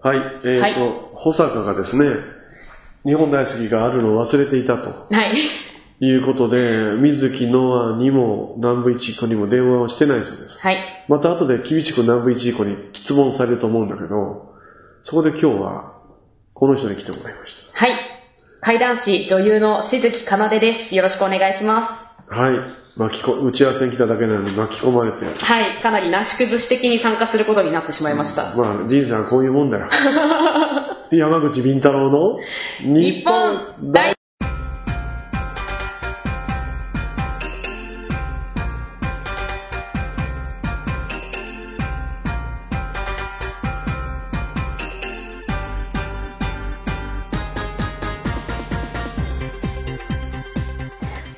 はい。えっ、と、はい保坂がですね、日本大好きがあるのを忘れていたとはい。いうことで、水木ノアにも南部一子にも電話をしてないそうです。はい。また後で厳しく南部一子に質問されると思うんだけど、そこで今日は、この人に来てもらいましはい。怪談師女優の静木かなでです。よろしくお願いします。た。はい。巻きこ、打ち合わせに来ただけなのに巻き込まれて、はい。かなりなし崩し的に参加することになってしまいました。まあ、仁さんこういうもんだ よ。山口敏太郎の日本大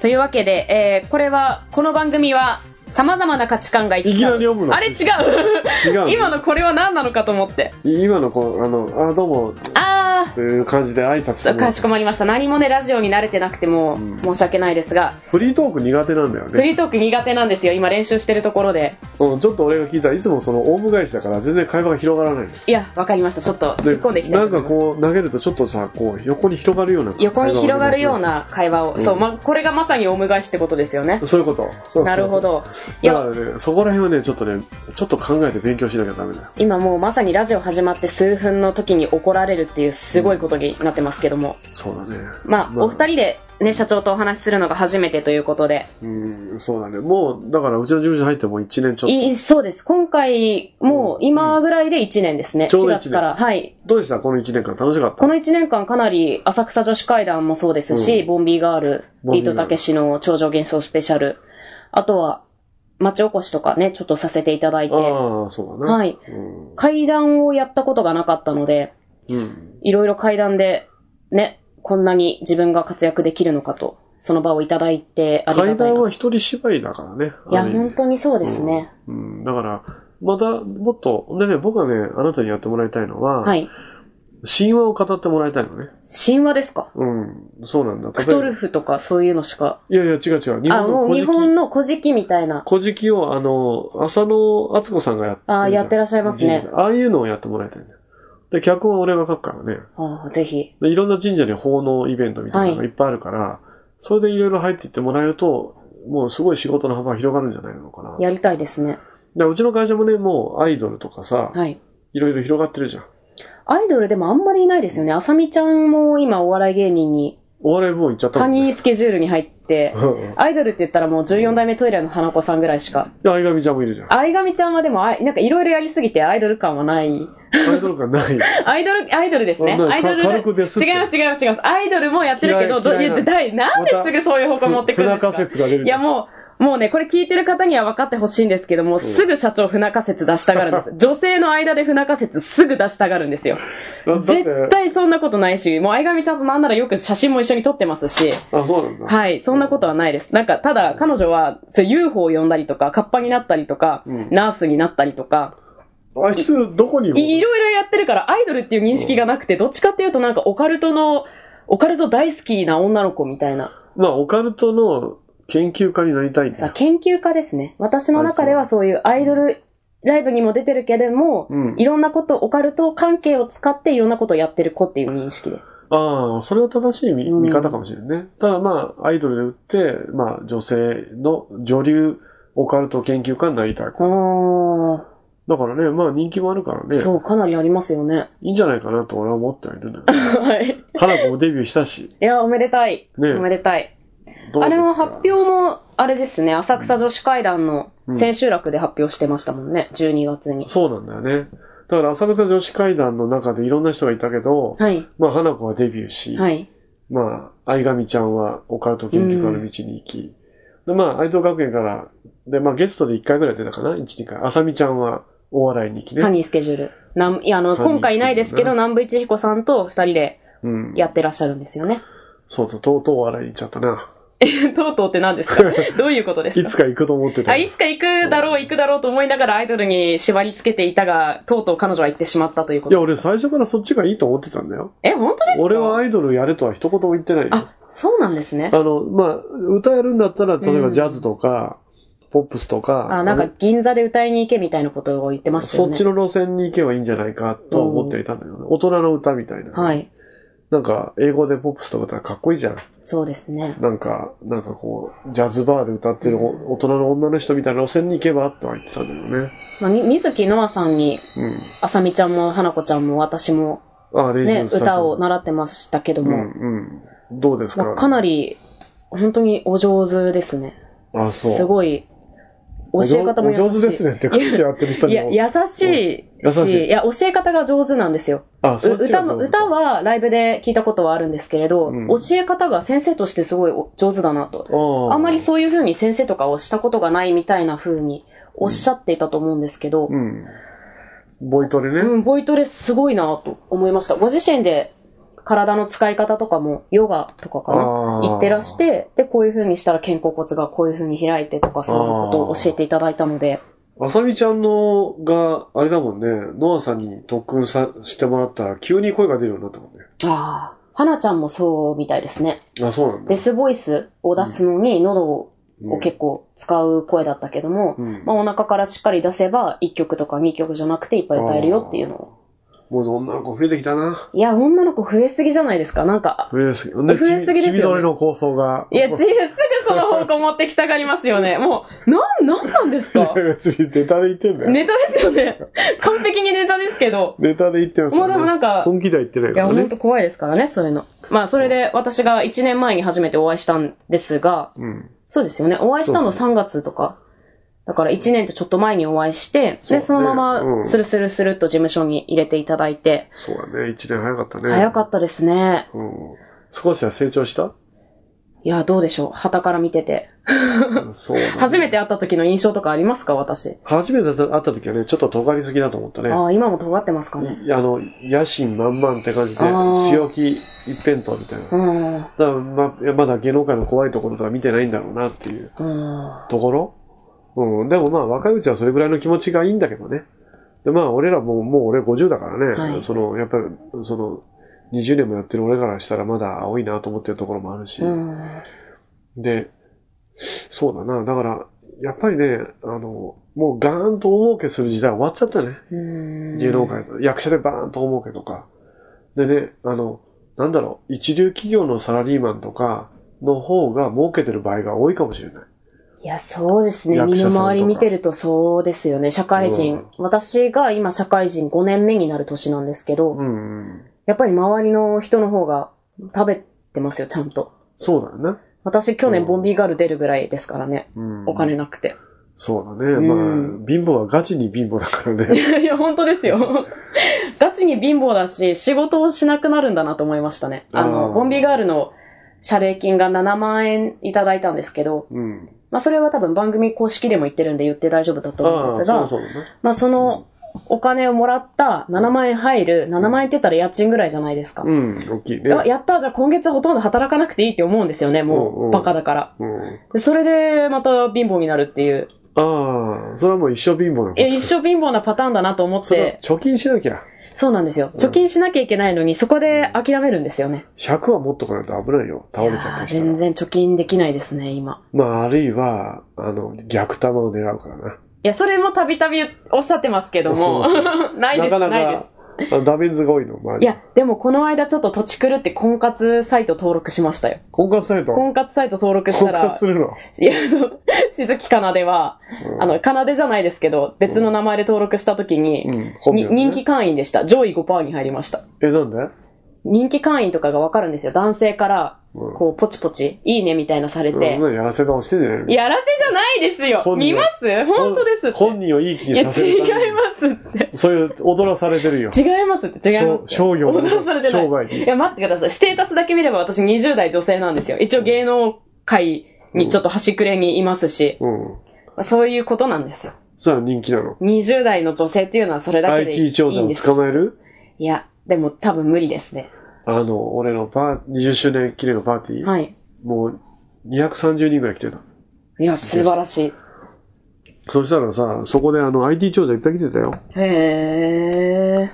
というわけで、えーこれは、この番組は、様々な価値観がいいきなり読むのあれ違う違う 今のこれは何なのかと思って。今のこう、あの、あ、どうも、あー。という感じで挨拶してかましす。こまりました。何もね、ラジオに慣れてなくてもうん申し訳ないですが、フリートーク苦手なんだよフね。リートーク苦手なんですよ。今練習してるところで。うん、ちょっと俺が聞いたらいつもそのオウム返しだから全然会話が広がらない。いや、わかりました。ちょっと突っ込んでいきたないんとか思います。こう投げるとちょっとさ、こう横に広がるような。横に広がるよう。な会話を。うんそう、ま、これがまさにオウム返しってことですよね。そういうこと。そうなるほ。ど。いだかや、らね、そこら辺はね、ちょっとね、ちょっと考えて勉強しなきゃダメだよ。今もうまさにラジオ始まって数分の時に怒られるっていうすごいことになってますけども。そうだね。まあ、お二人でね、社長とお話しするのが初めてということで。うん、そうだね。もう、だからうちの事務所入ってもう1年ちょっいそうです。今回、もう今ぐらいで1年ですね。ちょう4ど一年月から。はい。と。どうでしたこの1年間楽しかったこの1年間かなり浅草女子会談もそうですし、うんボンビーガール、ボンビビーガーートルたけしの超常幻想スペシャル、あとは町おこしとかね、ちょっとさせていただいて、ああ、そうだな。はいうん。階段をやったことがなかったので、うん。いろいろ階段でね、こんなに自分が活躍できるのかと、その場をいただいてありが階たい段な。は一人芝居だからね。いや、ある意味本当にそうですね。うん。うんだから、また、もっと、でね、僕はね、あなたにやってもらいたいのは、はい。神話を語ってもらいたいのね。神話ですかうん、そうなんだ。クトルばフとかそういうのしか。いやいや、違う違う。日あ、本のもう古日事記本の古事記みたいな。古事記を、あの、浅野敦子さんがやってるじゃんあーやってらっしゃいますね神社ああいうのをやってもらいたいんだよ。で、脚本は俺が書くからね。あーぜひ。で、いろんな神社に奉納イベントみたいなのがはいいっぱいあるから、それでいろいろ入っていってもらえると、もうすごい仕事の幅が広がるんじゃないのかな。やりたいですね。でうちの会社もね、もうアイドルとかさ、はい。いろいろ広がってるじゃん。アイドルでもあんまりいないですよね。あさみちゃんも今お笑い芸人に、お笑い部門行っちゃったカもんニね。スケジュールに入って、うんアイドルって言ったらもう14代目トイレの花子さんぐらいしか。で、相上ちゃんもいるじゃん。相上ちゃんはでもあい、なんかいろいろやりすぎてアイドル感はない。アイドル感ない。 アイドル、アイドルですね。あなんかアイドル。軽くですって違います違います違います。アイドルもやってるけど、ど嫌い嫌いな絶対なんですぐそういう方向持ってくるんです不か不仲説が出るいやもう、もうね、これ聞いてる方には分かってほしいんですけども、すぐ社長不仲説出したがるんです。女性の間で不仲説すぐ出したがるんですよ。だって絶対そんなことないし、もう相上ちゃんとなんならよく写真も一緒に撮ってますし、あ、そうなんだ。はい、そんなことはないです。なんか、ただ彼女は、そう UFO を呼んだりとか、カッパになったりとか、うんナースになったりとか、あいつ、どこにいいろいろやってるからアイドルっていう認識がなくて、どっちかっていうとなんかオカルトの、オカルト大好きな女の子みたいな、まあ、オカルトの研究家になりたいんださよ。研究家ですね。私の中ではそういうアイドル、ライブにも出てるけれども、うんいろんなこと、オカルト関係を使っていろんなことをやってる子っていう認識で。ああ、それは正しい見うん見方かもしれないね。ただまあ、アイドルで売って、まあ、女性の女流オカルト研究家になりたい。あー、だからね、まあ人気もあるからね、そう、かなりありますよね。いいんじゃないかなと俺は思ってはいるんだよね。はい。花子もデビューしたし、いや、おめでたい。ねえおめでたい。どうですかあれも発表も、あれですね、浅草女子会談の千秋楽で発表してましたもんね、12月に。そうなんだよね。だから浅草女子会談の中でいろんな人がいたけど、はい。まあ花子はデビューし、はい。まあ、相上ちゃんはオカルト研究家の道に行き、で、まあ、愛藤学園から、で、まあ、ゲストで1回ぐらい出たかな ?1、2回。あさみちゃんはお笑いに行きね。ハニースケジュール。なんいや、あの、ハニー今回ないですけスケジュールど、ね南部一彦さんと二人でうん。やってらっしゃるんですよね。そうそう、とうとうお笑いに行っちゃったな。え とうとうって何です かどういうことですいかつか行くと思ってた。あいつか行くだろう、行くだろうと思いながらアイドルに縛り付けていたが、とうとう彼女は行ってしまったというこいや、と。俺最初からそっちがいいと思ってたんだよ。え、本当ですか俺はアイドルやれとは一言も言ってないよ。あ、そうなんですね。あの、まあ、歌えるんだったら、例えばジャズとか、ポップスとか、あ、なんあかの銀座で歌いに行けみたいなことを言ってましたよそっね。ちの路線に行けばいいんじゃないかと思っていたんだけどね。大人の歌みたいな。はい。なんか、英語でポップスとか歌ったらかっこいいじゃん。そうですね。なんか、なんかこう、ジャズバーで歌ってるお大人の女の人みたいな路線に行けばとは言ってたんだよね。まあ、み水木のあさんに、うあさみちゃんも、花子ちゃんも、私も、ん。あ、レイジね、のスタジオ歌を習ってましたけどうも、ん、うん。どうですまかあ、かなり。り、本当にお上手ですね。あ、そう。すごい、教お上え方も優しい。お上手ですねって歌詞やってる人いにや、も。優しい優し、しいいや、教え方が上手なんですよ。あ、うそっち歌がも、上手歌はライブで聞いたことはあるんですけれど、うん教え方が先生としてすごいお上手だなと。ああんまりそういう風に先生とかをしたことがないみたいな風におっしゃっていたと思うんですけど、う。うん。ボイトレね。うん、ボイトレすごいなと思いました。ご自身で体の使い方とかも、ヨガとかかなあー行ってらして、で、こういう風にしたら肩甲骨がこういう風に開いてとか、そういうことを教えていただいたので、あさみちゃんのが、あれだもんね、ノアさんに特訓さしてもらったら、急に声が出るようになったもんね。ああ、花ちゃんもそうみたいですね。あ、そうなんだ。デスボイスを出すのに喉をうん結構使う声だったけども、うんまあ、お腹からしっかり出せば1曲とか2曲じゃなくていっぱい歌えるよっていうのを。もう女の子増えてきたな。いや、女の子増えすぎじゃないですか。なんか、増えすぎ。ね増えすぎですちよねびちびどれの構想が。いや、 ち、すぐその方向持ってきたがります よね。もう、なん、なんなんです か別にネタで言ってんだよ。ネタですよね。完璧にネタですけど。ネタで言ってますよ、もうでもなんか本気では言ってないいかや、らほねん。と怖いですからね、そういうの。まあ、それで私が1年前に初めてお会いしたんですが、うん。そうですよね。お会いしたの3月とか。だから1年とちょっと前にお会いして、そうで、ねそのまうまんスルスルスルっと事務所に入れていただいて、そうだね。一年早かったね。早かったですね。た。うん。少しは成長 したいや、どうでしょう。旗から見てて。そうだね、初めて会った時の印象とかありますか、私。初めて会った時はね、ちょっと尖りすぎだと思ったね。ああ、今も尖ってますかね。いやあの、野心満々って感じで、あー強気一辺倒みたいな。だうかん。うん。らまいやまだ芸能界の怖いところとか見てないんだろうなっていうところ。うん。でもまあ若いうちはそれぐらいの気持ちがいいんだけどね。でまあ俺らも、もう俺50だからね。はいその、やっぱり、その、20年もやってる俺からしたらまだ青いなと思ってるところもあるし。うん。で、そうだな。だから、やっぱりね、あの、もうガーンと大儲けする時代は終わっちゃったね。うん。芸能界、役者でバーンと思うけどか。でね、あの、なんだろう、一流企業のサラリーマンとかの方が儲けてる場合が多いかもしれない。いや、そうですね。役身者さんのとか回り見てるとそうですよね。社会人。うん私が今社会人5年目になる年なんですけど、うん、うん。やっぱり周りの人の方が食べてますよ、ちゃんと。そうだよね。私去う年んボンビーガール出るぐらいですからね。うん。お金なくて。 そうだね。うんまあ、貧乏はガチに貧乏だから ね。いや、本当ですよ。ガチに貧乏だし、仕事をしなくなるんだなと思いましたね。あの、あーボンビーガールの謝礼金が7万円いただいたんですけど、うん。まあそれは多分番組公式でも言ってるんで言って大丈夫だと思うあんであ、すが、そうそうだね。まあそのお金をもらった7万円入る、7万円って言ったら家賃ぐらいじゃないですか。うん、大きいね。あやったじゃあ今月ほとんど働かなくていいって思うんですよね、うんうもんう。バカだから。うん。でそれでまた貧乏になるっていう。ああ、それはもう一生貧乏だいや、一生貧乏なパターンだなと思っそれては、貯金しなきゃ。そうなんですよ。貯金しなきゃいけないのに、そこで諦めるんですよね。 100は持っとかないと危ないよ。倒れちゃったりいしやーたら全。然貯金できないですね、今。まあ、あるいは、あの、逆球を狙うからな。いや、それもたびたびおっしゃってますけども、 ないでなす、かなないでか、あのダメンズが多いの、周す。いり。や、でもこの間ちょっと土地狂って婚活サイト登録しましたよ。婚活サイト。婚活サイト登録し婚たら活す、るの。いや、あの、静木かなでは、うんあの、かなでじゃないですけど、別の名前で登録した時に、うん本名にね人気会員でした。上位5%に入りました。え、なんで人気会員とかがわかるんですよ。男性から、うんこう、ポチポチ、いいねみたいなされそんて、なやらせ顔してんじゃないやらせじゃないですよ本見人まはす本当ですって。本人をいい気いにや、させ違るいために。ますって。そういう、踊らされてるよ。違いますって、違いますっ商て。商業の踊らされてない商売にいや、待ってください。ステータスだけ見れば私20代女性なんですよ。一応芸能界にちょっと端くれにいますし、うん。そういうことなんですよ。そうなの人気なの。 20代の女性っていうのはそれだけでい IT 調査いんをです捕まえるいや、でも多分無理ですね。あの、俺のパー、20周年記念のパーティー。はい。もう、230人ぐらい来てた。いや、素晴らしそしたらさ、そこであの、IT 調査いっぱい来てたよ。い。へー。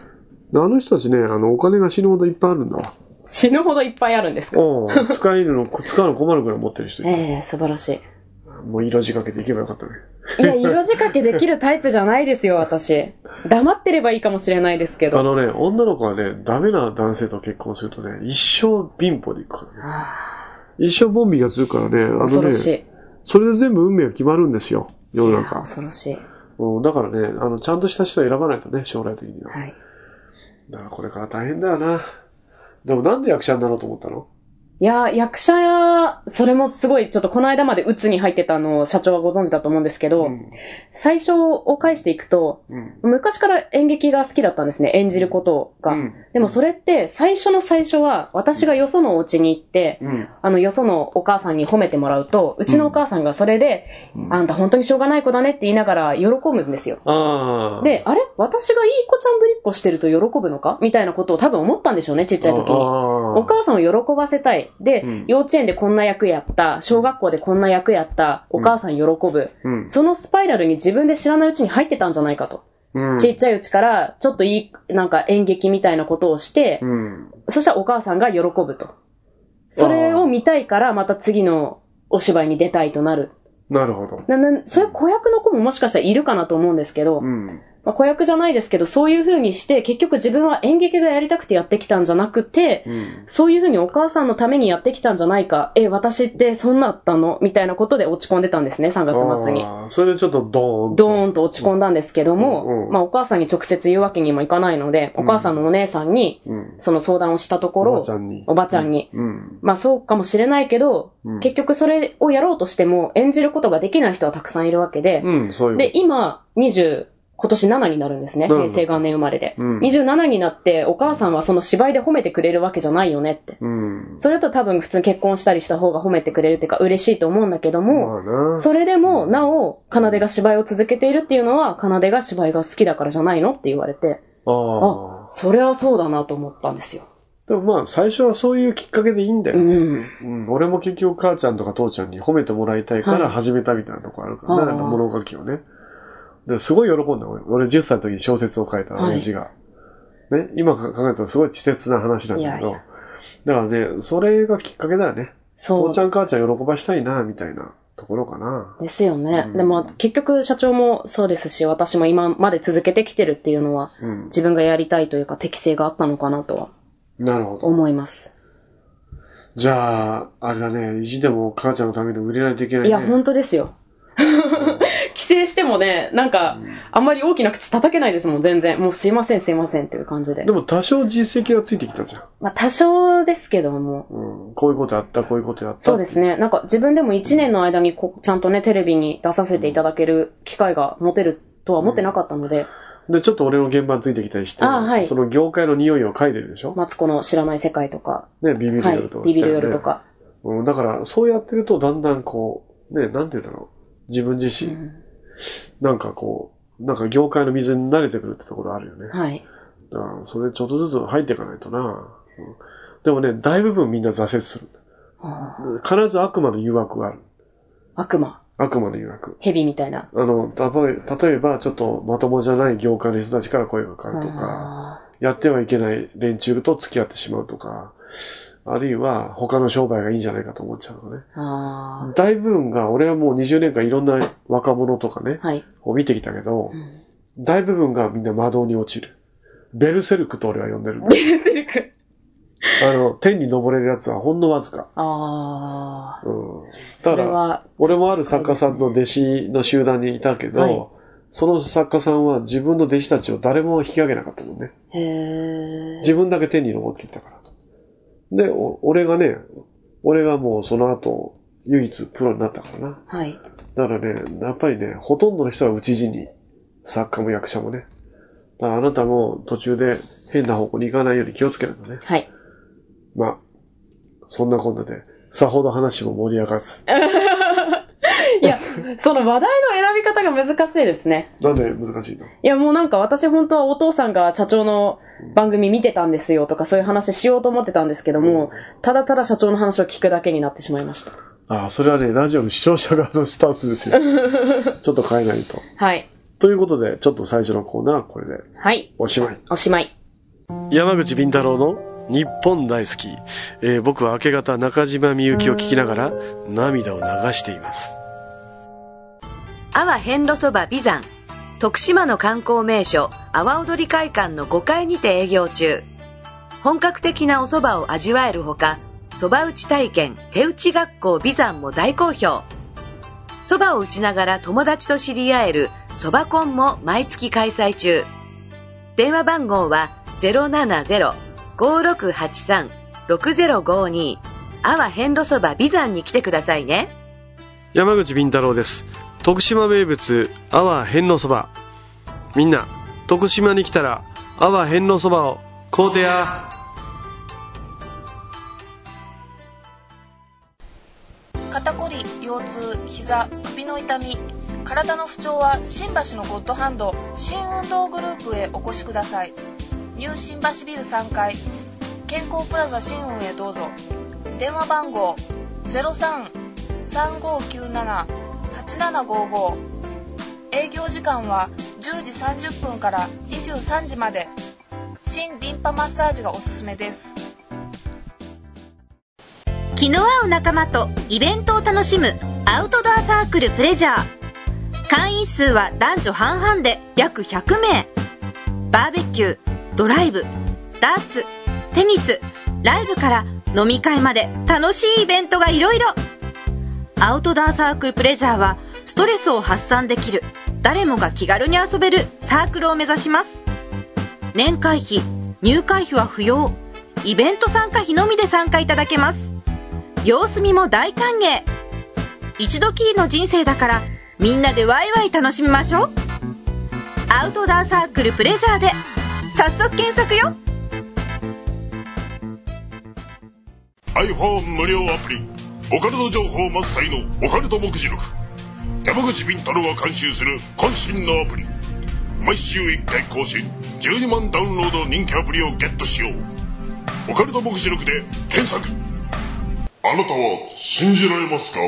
であの人たちね、あの、お金が死ぬほどいっぱいあるんだわ。死ぬほどいっぱいあるんです かうん。使えるの、使うの困るぐらい持ってる人いるええ素晴らしい。もう色仕掛けていけばよかったね。いや、色仕掛けできるタイプじゃないですよ、私。黙ってればいいかもしれないですけあど。のね、女の子はね、ダメな男性と結婚するとね、一生貧乏でいくからね。一生ボンビがするからね、あ恐のろね、しい。それで全部運命が決まるんですよ、世の中。恐ろしい。うん、だからね、あの、ちゃんとした人を選ばないとね、将来的には。はい。だからこれから大変だよな。でもなんで役者になろうと思ったのいや、役者や、それもすごい、ちょっとこの間まで鬱に入ってたのを社長はご存知だと思うんですけど、ん。最初を返していくと、うん。昔から演劇が好きだったんですね、演じることが。うんでもそれって、最初の最初は、私がよそのお家に行って、うん。あの、よそのお母さんに褒めてもらうと、うちのお母さんがそれで、あんた本当にしょうがない子だねって言いながら喜ぶんですよ。ああ。で、あれ私がいい子ちゃんぶりっこしてると喜ぶのかみたいなことを多分思ったんでしょうね、ちっちゃい時あに。あお母さんを喜ばせたい。で、うん幼稚園でこんな役やった、小学校でこんな役やった、お母さん喜ぶ。うん。そのスパイラルに自分で知らないうちに入ってたんじゃないかと。うん。ちっちゃいうちから、ちょっといい、なんか演劇みたいなことをして、うん。そしたらお母さんが喜ぶと。それを見たいから、また次のお芝居に出たいとなる。なるほど。ななそういう子役の子ももしかしたらいるかなと思うんですけど、うん。まあ、子役じゃないですけど、そういう風にして、結局自分は演劇がやりたくてやってきたんじゃなくて、うん。そういう風にお母さんのためにやってきたんじゃないか、え、私ってそんなだったのみたいなことで落ち込んでたんですね、3月末に。ああ、それでちょっとドーンとドーンと落ち込んだんですけども、うんうんまあお母さんに直接言うわけにもいかないので、お母さんのお姉さんにうん。その相談をしたところ、おばちゃんにおばちゃんにうん。まあそうかもしれないけど、うん結局それをやろうとしても演じることができない人はたくさんいるわけで、うん、そういうこと。で、今、20、今年7になるんですね。なるほど平成元年生まれで。うん27になって、お母さんはその芝居で褒めてくれるわけじゃないよねって。うん。それだと多分普通に結婚したりした方が褒めてくれるっていうか嬉しいと思うんだけども、まあな。それでも、なお、奏が芝居を続けているっていうのは、奏が芝居が好きだからじゃないのって言われて、あああ。、それはそうだなと思ったんですよ。でもまあ、最初はそういうきっかけでいいんだうよ。ん。うん。俺も結局母ちゃんとか父ちゃんに褒めてもらいたいからはい始めたみたいなとこあるからね、あああの物書きをね。ですごい喜んだ俺。俺10歳の時に小説を書いたはい親父が。ね、今考えるとすごい稚拙な話なんだけいど。やだからね、それがきっかけだよね。そ父うち。ゃん母ちゃん喜ばしたいな、みたいなところかな。ですよね。うんでも、結局社長もそうですし、私も今まで続けてきてるっていうのは、うん。自分がやりたいというか適性があったのかなとはなるほど。思います。じゃあ、あれだね、意地でも母ちゃんのために売れないといけない、ね。いや、本当ですよ。帰省してもね、なんか、あんまり大きな口叩けないですもん、全然。もうすいません、すいませんっていう感じでで。も多少実績がついてきたじゃん。まあ、多少ですけども。うん。こういうことやった、こういうことやった。そうですね。なんか、自分でも1年の間にこちゃんとね、テレビに出させていただける機会が持てるとは思ってなかったので、で、ちょっと俺の現場についてきたりして、あはいその業界の匂いを嗅いでるでしょ、マツコの知らない世界とか、ね、ビビるはい夜とか、、ビビる夜と。か。うん、だから、そうやってるとだんだんこう、ね、なんて言うんだろう。自分自身、うんなんかこう、なんか業界の水に慣れてくるってところあるよね。はい。だから、それちょっとずつ入っていかないとな。うんでもね、大部分みんな挫折する。あ必ず悪魔の誘惑がある。あ悪魔、悪魔の誘惑。蛇みたいな。あの、たとえ例えば、ちょっとまともじゃない業界の人たちから声がかかるとか、あやってはいけない連中と付き合ってしまうとか、あるいは他の商売がいいんじゃないかと思っちゃうのね。ーあ大部分が、俺はもう20年間いろんな若者とかねー、、はい。を見てきたけどう、ん大部分がみんな魔道に落ちる。ベルセルクと俺は呼んでるんだ あの、天に登れるやつはほんのわずか。ああ、うん。だそかれら、は、俺もある作家さんの弟子の集団にいたけど、はいその作家さんは自分の弟子たちを誰も引き上げなかったもんね。へえ。自分だけ天に登っていったから。で、お俺がね、俺がもうその後、唯一プロになったからな。はい。だからね、やっぱりね、ほとんどの人は内地に、作家も役者もね。だからあなたも途中で変な方向に行かないように気をつけないとね。はい。まあ、そんなこんなで、さほど話も盛り上がらず。 いや、その話題の選び方が難しいですね。なんで難しいのいや、もうなんか私本当はお父さんが社長の番組見てたんですよとかそういう話しようと思ってたんですけども、ただただ社長の話を聞くだけになってしまいました。ああ、それはね、ラジオの視聴者側のスタンスですよ。ちょっと変えないと。はい。ということで、ちょっと最初のコーナーはこれではい。おしまい。おしまい。山口敏太郎の日本大好き。えー僕は明け方中島みゆきを聞きながら涙を流しています。阿波遍路そば美山徳島の観光名所阿波踊り会館の5階にて営業中本格的なお蕎麦を味わえるほか蕎麦打ち体験手打ち学校美山も大好評蕎麦を打ちながら友達と知り合える蕎麦コンも毎月開催中電話番号は070-5683-6052阿波遍路そば美山に来てくださいね山口敏太郎です徳島名物阿波遍路そばみんな徳島に来たら阿波遍路そばを買うてや肩こり腰痛膝首の痛み体の不調は新橋のゴッドハンド新運動グループへお越しくださいニュー新橋ビル3階健康プラザ新運へどうぞ電話番号0335978755営業時間は10時30分から23時まで新リンパマッサージがおすすめです気の合う仲間とイベントを楽しむアウトドアサークルプレジャー会員数は男女半々で約100名バーベキュードライブダーツテニスライブから飲み会まで楽しいイベントがいろいろアウトドアサークルプレジャーはストレスを発散できる誰もが気軽に遊べるサークルを目指します年会費入会費は不要イベント参加費のみで参加いただけます様子見も大歓迎一度きりの人生だからみんなでワイワイ楽しみましょうアウトドアサークルプレジャーで早速検索よ iPhone 無料アプリオカルト情報満載のオカルト目次録山口敏太郎が監修する渾身のアプリ毎週1回更新12万ダウンロードの人気アプリをゲットしようオカルト目次録で検索あなたは信じられますか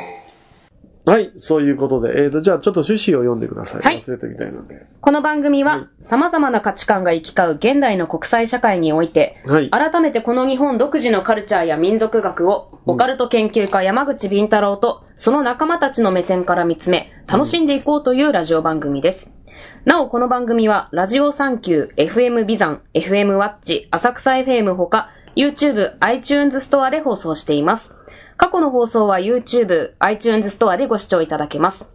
はい、そういうことで、えーと、じゃあちょっと趣旨を読んでください。はい忘れてみたいなんで。この番組は、様々な価値観が行き交う現代の国際社会において、はい。改めてこの日本独自のカルチャーや民族学を、オカルト研究家山口敏太郎と、その仲間たちの目線から見つめ、楽しんでいこうというラジオ番組です。なお、この番組は、ラジオサンキュー、FM ビザン、FM ワッチ、浅草 FM ほか、YouTube、iTunes ストアで放送しています。過去の放送は YouTube、iTunes ストアでご視聴いただけます。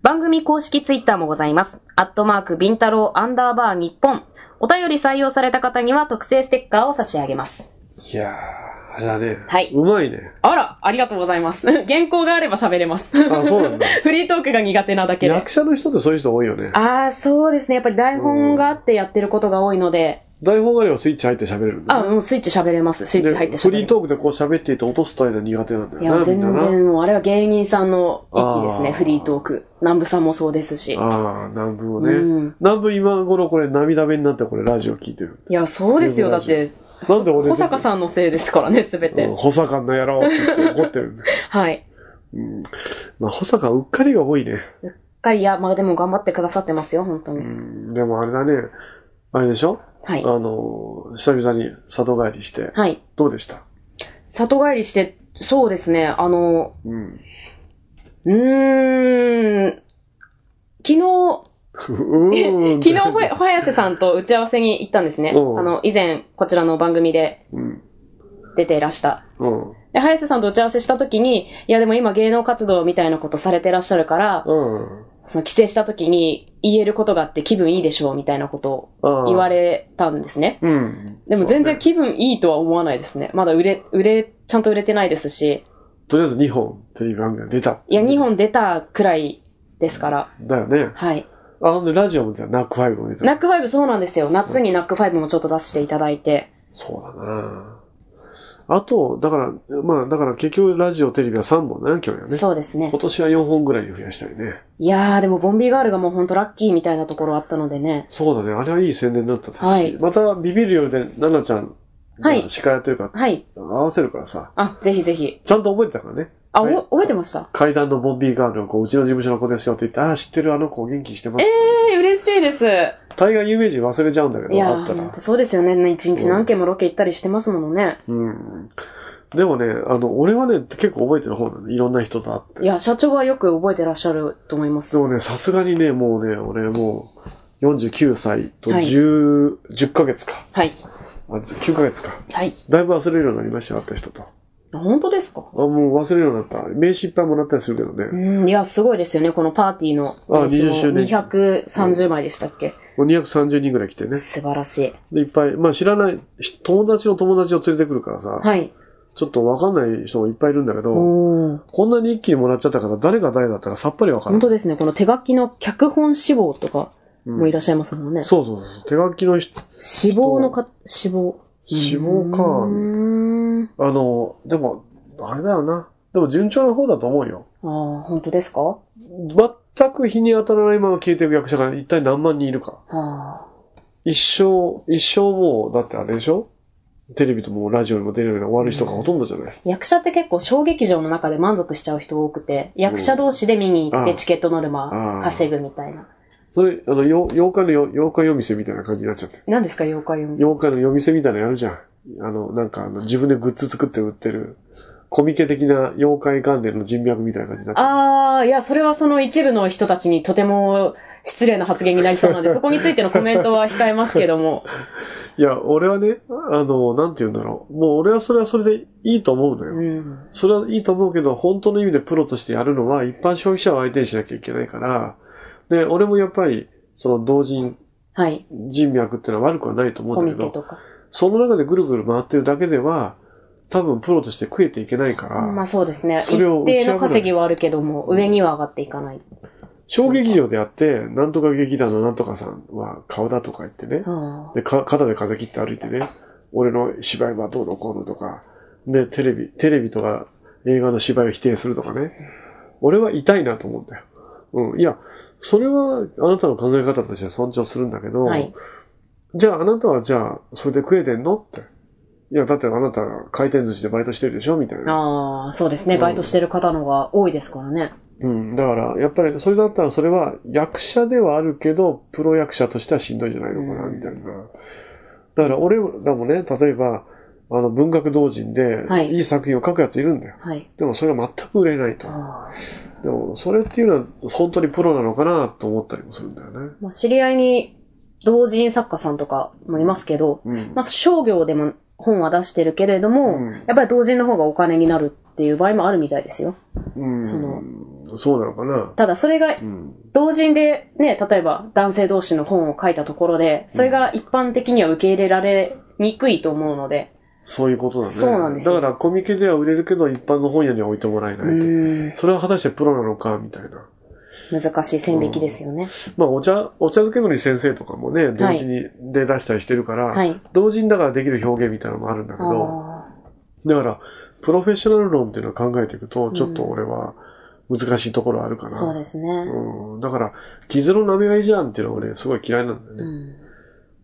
番組公式ツイッターもございます。アットマーク、ビンタロウ、アンダーバー、日本。お便り採用された方には特製ステッカーを差し上げます。いやー、あれだね。はい。うまいね。あら、ありがとうございます。 原稿があれば喋れます。あそうなんだ フリートークが苦手なだけで役。者の人ってそういう人多いよね。ああ、そうですね。やっぱり台本があってやってることが多いので、台本があればスイッチ入って喋れるんだあ、よね。もうスイッチ喋れます。スイッチ入ってでフ喋リれーます。トークでこう喋っていて落とすというのは苦手なんだいや、よな、み全んなな。然、もうあれは芸人さんの域ですね。あーフリートーク。南部さんもそうですし。ああ、南部をね。うん南部今頃これ涙目になってこれラジオ聞いてる。いや、そうですよ。だって、なんで俺保坂さんのせいですからね、すべうんて。保坂の野郎って言って怒 ってるんだよ。はい。うん。まあ、保坂うっかりが多いね。かり、いや、まあでも頑張ってくださってますよ、本当うに。ん。でもあれだね。あれでしょはい。あの、久々に里帰りして、はい。どうでした里帰りして、そうですね、あの、うん。うーん、 昨日、うーん昨日、ほや、ほやせさんと打ち合わせに行ったんですね。あうんの、以前、こちらの番組で うん。出ていらした。うん。で、早瀬さんと打ち合わせした時に、いやでも今芸能活動みたいなことされてらっしゃるから、うん。その帰省した時に言えることがあって気分いいでしょうみたいなことあをあ言われたんですね。うん。でも全そう然ね気分いいとは思わないですね。まだ売れ、売れ、ちゃんと売れてないですし、とりあえず2本テレビ番組が出た。いや2本出たくらいですから、だよね。はい。あのね、ラジオもじゃナックファイブも出た。ナックファイブそうなんですよ。夏にナックファイブもちょっと出していただいて。そうだなあと、だから、まあ、だから結局ラジオ、テレビは3本だね、今日はね。そうですね今。年は4本ぐらいに増やしたいね。いやー、でもボンビーガールがもうほんとラッキーみたいなところあったのでね。そうだね、あれはいい宣伝になったし、はいまたビビるようで、奈々ちゃんはがい司会やってるから、はい。合わせるからさ、あ、ぜひぜひ。ちゃんと覚えてたからね。あ、はいお覚えてました階段のボンビーガールの子、うちの事務所の子ですよって言って、ああ、知ってる、あの子元気にしてまえす。えー、嬉しいです。大概有名人忘れちゃうんだけど、いやあー、ったほんらと。そうですよね。一日何件もロケ行ったりしてますものね。うん。でもね、あの、俺はね、結構覚えてる方なんで、いろんな人と会って。いや、社長はよく覚えてらっしゃると思いま。ですもね、さすがにね、もうね、俺もう、49歳とはい10、10ヶ月か。はい。あ、9ヶ月か。はい。だいぶ忘れるようになりましたよ、会った人と。あ、あ本当ですかもう忘れるようになった。名刺いっぱいもらったりするけどうね。ん、いや、すごいですよね、このパーティーの。あ20周年230枚でしたっけ、もう230人ぐらい来てね。素晴らしい。で、いっぱい、まあ知らない、ひ友達の友達を連れてくるからさ、はい。ちょっとわかんない人もいっぱいいるんだけど、おーこんなに一気にもらっちゃったから、誰が誰だったかさっぱりわから本ない。当ですね、この手書きの脚本志望とかもいらっしゃいますもんね。そうそうそう。手書きの人、志望のか、志望。志望かうーん。あの、でも、あれだよな。でも順調な方だと思うよ。ああ、本当ですか全く日に当たらないまま消えていく役者が一体何万人いるか。あ一生、一生もう、だってあれでしょテレビともラジオにも出るように終わる人がほとんどじゃない。役者って結構小劇場の中で満足しちゃう人多くて、役者同士で見に行っうてんチケットノルあマー稼ぐみたいな。それ、あの、よ8日のよ8日夜店みたいな感じになっちゃって。何ですか、妖怪読み。 8日の夜店みたいなのやるじゃん。あの、なんかあの、自分でグッズ作って売ってる、コミケ的な妖怪関連の人脈みたいな感じになっちゃう。ああ、いや、それはその一部の人たちにとても失礼な発言になりそうなんで、そこについてのコメントは控えますけ ども。いや、俺はね、あの、なんて言うんだろう。もう俺はそれはそれでいいと思うのよ。うん。それはいいと思うけど、本当の意味でプロとしてやるのは一般消費者を相手にしなきゃいけないから、で、俺もやっぱり、その同人はい。人脈ってのは悪くはないと思コうんだミけケど、とか。その中でぐるぐる回ってるだけでは、多分プロとして食えていけないから、まあそうですね。そ一れを打ち破る定の稼ぎはあるけども、上には上がっていかない。小劇場でやって、なんとか劇団のなんとかさんは顔だとか言ってね、あで、か肩で風切って歩いてね、俺の芝居はどうのこうのとか、で、テレビ、テレビとか映画の芝居を否定するとかね、俺は痛いなと思うんだよ。うん。いや、それはあなたの考え方としては尊重するんだけど、あはい。じゃああなたはじゃあ、それで食えてんのって。いや、だってあなた回転寿司でバイトしてるでしょみたいな。ああ、そうですね。バイトしてる方の方が多いですからね。うん。だから、やっぱりそれだったらそれは役者ではあるけど、プロ役者としてはしんどいんじゃないのかな、みたいな。だから俺らもね、例えば、あの文学同人では、いいい作品を書くやついるんだよ。はい。でもそれは全く売れないと。あーでも、それっていうのは本当にプロなのかなと思ったりもするんだよね。まあ、知り合いに同人作家さんとかもいますけど、うんまあ、商業でも本は出してるけれども、うんやっぱり同人の方がお金になるっていう場合もあるみたいですよ。うん。そのそうなのかな。ただそれがうん。同人でね、例えば男性同士の本を書いたところで、それが一般的には受け入れられにくいと思うので、そういうことだね。そうなんですよだからコミケでは売れるけど、一般の本屋には置いてもらえうないーん、と。それは果たしてプロなのか、みたいな。難しい線引きですよね。まあ、お茶、お茶漬けのり先生とかもね、同時にで出したりしてるから、はい同時にだからできる表現みたいなのもあるんだけど、あだから、プロフェッショナル論っていうのを考えていくと、ちょっと俺は難しいところあるかあ、な。そうですね。うん。だから、傷の舐め合いじゃんっていうのは俺すごい嫌いなんだよね。うん、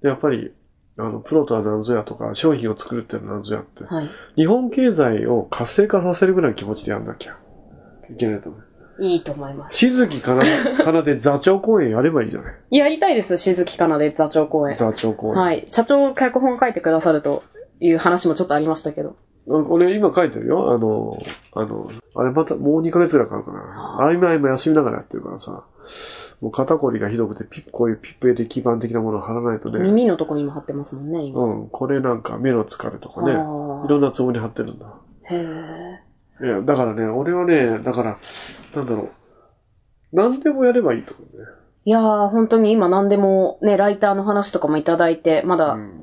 でやっぱり、あの、プロとは何ぞやとか、商品を作るってのは何ぞやって、はい。日本経済を活性化させるぐらいの気持ちでやんなきゃいけないと思う。いいと思います。静木かな、かなで座長公演やればいいじゃない。やりたいです、静木かなで座長公演。座長公演。はい。社長、脚本書いてくださるという話もちょっとありましたけど。俺今書いてるよ。あの、あの、あれまた、もう2ヶ月ぐらいかかるかな。あいまいま休みながらやってるからさ、もう肩こりがひどくて、ピッこういうピップエで基板的なものを貼らないとね、耳のとこにも貼ってますもんね、今。うん、これなんか目の疲れとかね、いあーろんなツボに貼ってるんだ。へえ。いや、だからね、俺はね、だから、なんだろう。何でもやればいいと思うね。いやー、本当に今何でもね、ライターの話とかもいただいて、まうだん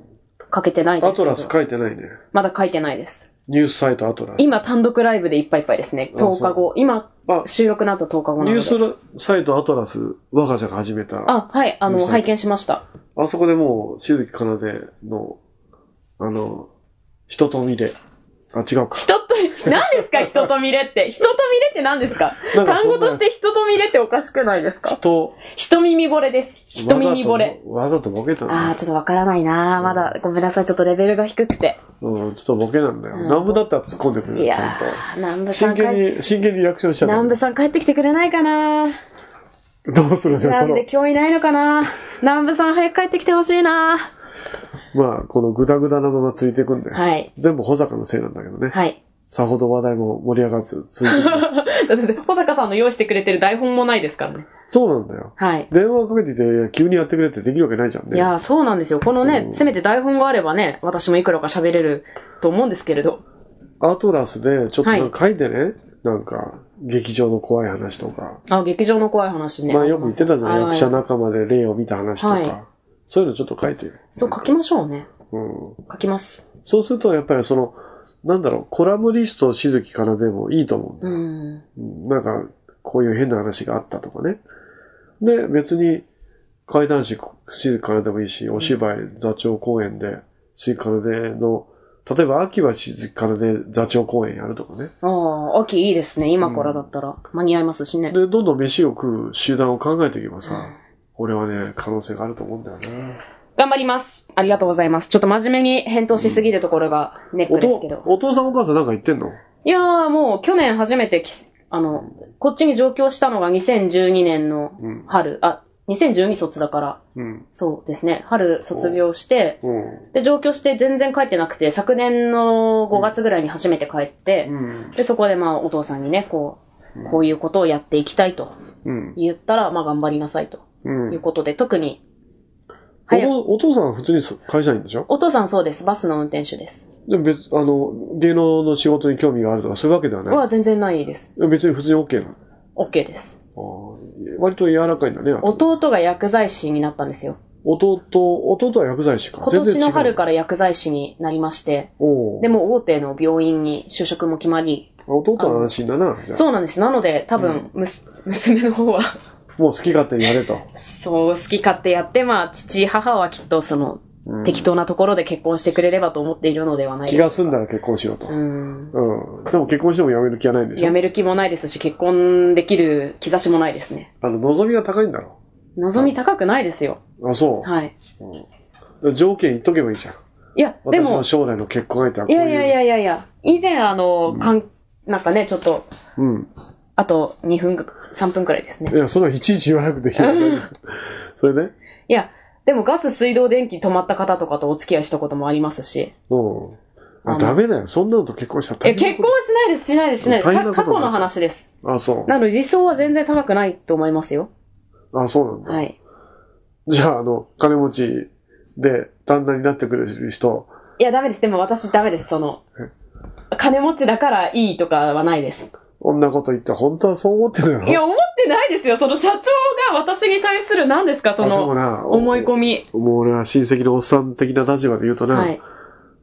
書けてないですアけトど。ラス書いてないね。まだ書いてないです。ニュースサイトアトラス。今単独ライブでいっぱいいっぱいですね。あそう10日後。今、あ、収録の後10日後なのニで。ュースサイトアトラス、我が社が始めた。ああ、はい、あニューの、スサイト拝見しました。そこでもう、静木かなでの、あの、人と見れ。あ、違うか。人と、何です か人と見れって。人と見れって何ですかなんかそ単んな語として人と見れっておかしくないですか人、人耳惚れです。人耳惚れ。わざとボケたの。あー、ちょっとわからないなーまだ、ごめんなさい、ちょっとレベルが低くて。うん、ちょっとボケなんだよ。うん南部だったら突っ込んでくれいるよ、やちゃんと。ー、南部さ真ん帰っ剣に、真剣にリアクションしちゃった。南部さん帰ってきてくれないかなどうするんだなよ、んこので。今日いないのかな南部さん早く帰ってきてほしいなまあ、このグダグダなままついていくんだよ。はい。全部保坂のせいなんだけどね。はい。さほど話題も盛り上がらず続いてい ますだって、小高さんの用意してくれてる台本もないですからね。そうなんだよ。はい。電話かけてて、いや急にやってくれってできるわけないじゃんね。いやー、そうなんですよ。このね、うんせめて台本があればね、私もいくらか喋れると思うんですけれど。アトラスで、ちょっとなんかは書いてね、なんか、劇場の怖い話とか、あ、劇場の怖い話ね。まあよく言ってたじゃはん、い役者仲間で霊を見た話とか、はいそういうのちょっと書いてる。そう、書きましょうね。うん。書きます。そうすると、やっぱりその、なんだろう、コラムリストしずきかなでもいいと思うんだうよ。ん。うんなんか、こういう変な話があったとかね。で、別に、怪談師しずきかなでもいいし、お芝居、座長公演で、しずきかなでの、例えば秋はしずきかなで座長公演やるとかね。ああ、秋いいですね。今からだったら間に合いますしね。で、どんどん飯を食う集団を考えていけばさ、俺はね、可能性があると思うんだよね。頑張ります。ありがとうございます。ちょっと真面目に返答しすぎるところがネッおクです父けど。お父さんお母さんなんか言ってんのいやー、もう去年初めてき、あの、こっちに上京したのが2012年のうん。春、あ、2012卒だから、うん。そうですね、春卒業して、うん。で、上京して全然帰ってなくて、昨年の5月ぐらいに初めて帰って、うん。で、そこでまあお父さんにね、こうんう、こういうことをやっていきたいとうん。言ったら、まあ頑張りなさいとうんいうことで、特に、お早く、お父さんは普通に会社員でしょお父さんそうです、バスの運転手です。でも別、あの、芸能の仕事に興味があるとかそういうわけではなは全然ないです。い。別に普通に OK なの。 OK です。あー割と柔らかいんだね。弟が薬剤師になったんですよ。弟、弟は薬剤師か。。今年の春からら薬剤師になりまして、おうでも大手の病院に就職も決まり、弟は安心だな、じゃあ。そうなんです。なので、多分、むす 娘の方は、もう好き勝手にやれと。そう、好き勝手やって、まあ、父、母はきっと、その、うん適当なところで結婚してくれればと思っているのではない気ですが済んだら結婚しろと。うん。うん。でも結婚しても辞める気はないんでしょ辞める気もないですし、結婚できる兆しもないですね。あの、望みが高いんだろ。望み高くないですよ。あ、そう。はい。うん条件言っとけばいいじゃん。いや、で私もの、将来の結婚相手はこいいうう。やいやいやいやいや、以前、あの、かん、なんかね、ちょっと、うん。あと2分ぐ、3分くらいですねい。や、そんなのいちいち言わなくていいようんそれでいや、でもガス、水道、電気止まった方とかとお付き合いしたこともありますし。うん。ああのダメだよ。そんなのと結婚したらいや、大変結な婚こはしないです、しないです、しないです。大変かな過こと去になっのちゃう話です。とあ、そなので理想は全然高くないと思いますよ。う。あ、そうなんだ。はい。じゃあ、あの、金持ちで、旦那になってくれる人、いや、ダメです。でも私ダメです、その。金持ちだからいいとかはないです。こんなこと言って、本当はそう思ってるいや、よ。思ってないですよ。その社長が私に対する何ですか、そあでものな思い込み。もう俺は親戚のおっさん的な立場で言うとな、はい。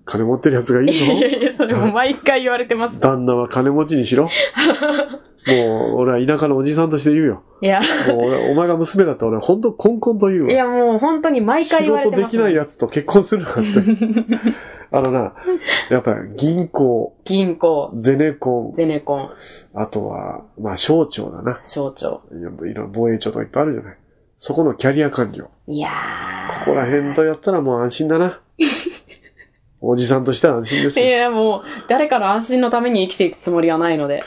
金持ってる奴がいいいやいやぞ。いや、それも毎回言われてます。旦那は金持ちにし ろ。もう、俺は田舎のおじさんとして言うよ。いや、もう俺お前が娘だったら俺、ほんと、コンコンと言うわ。いやもう本当に毎回仕言われ事てでます。きないやつと結婚するなんて。 あのな、やっぱり銀行、銀行、ゼネコン、ゼネコン、あとは、まあ省庁だな。省庁。いろいろ防衛庁とかいっぱいあるじゃない。そこのキャリア官僚。いやここら辺とやったらもう安心だ な。おじさんとしては安心ですいよ。や、もう、誰かの安心のために生きていくつもりはないので。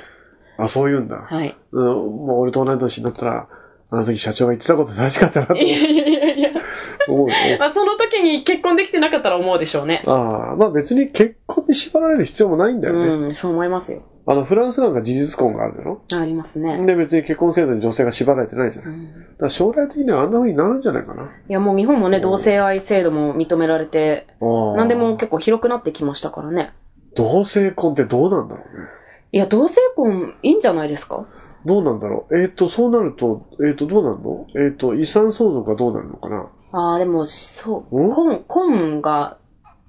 あ、そう言うんだ。はい。うん、もう俺と同い年になったら、あの時社長が言ってたこと正しかったなと いやいやいやいや。 思うよ。まあ、その時に結婚できてなかったら思うでしょうね。ああ、まあ別に結婚に縛られる必要もないんだよね。うん、そう思いますよ。あの、フランスなんか事実婚があるだろありますね。で、別に結婚制度に女性が縛られてないじゃうない。だんから将来的にはあんな風になるんじゃないかな。いや、もう日本もね、同性愛制度も認められて、何でも結構広くなってきましたからね。同性婚ってどうなんだろうね。いや、同性婚いいんじゃないですかどうなんだろう。えっ、と、そうなると、えっ、と、どうなるのえっ、と、遺産相続がどうなるのかな。ああ、でも、そう、ん婚、婚が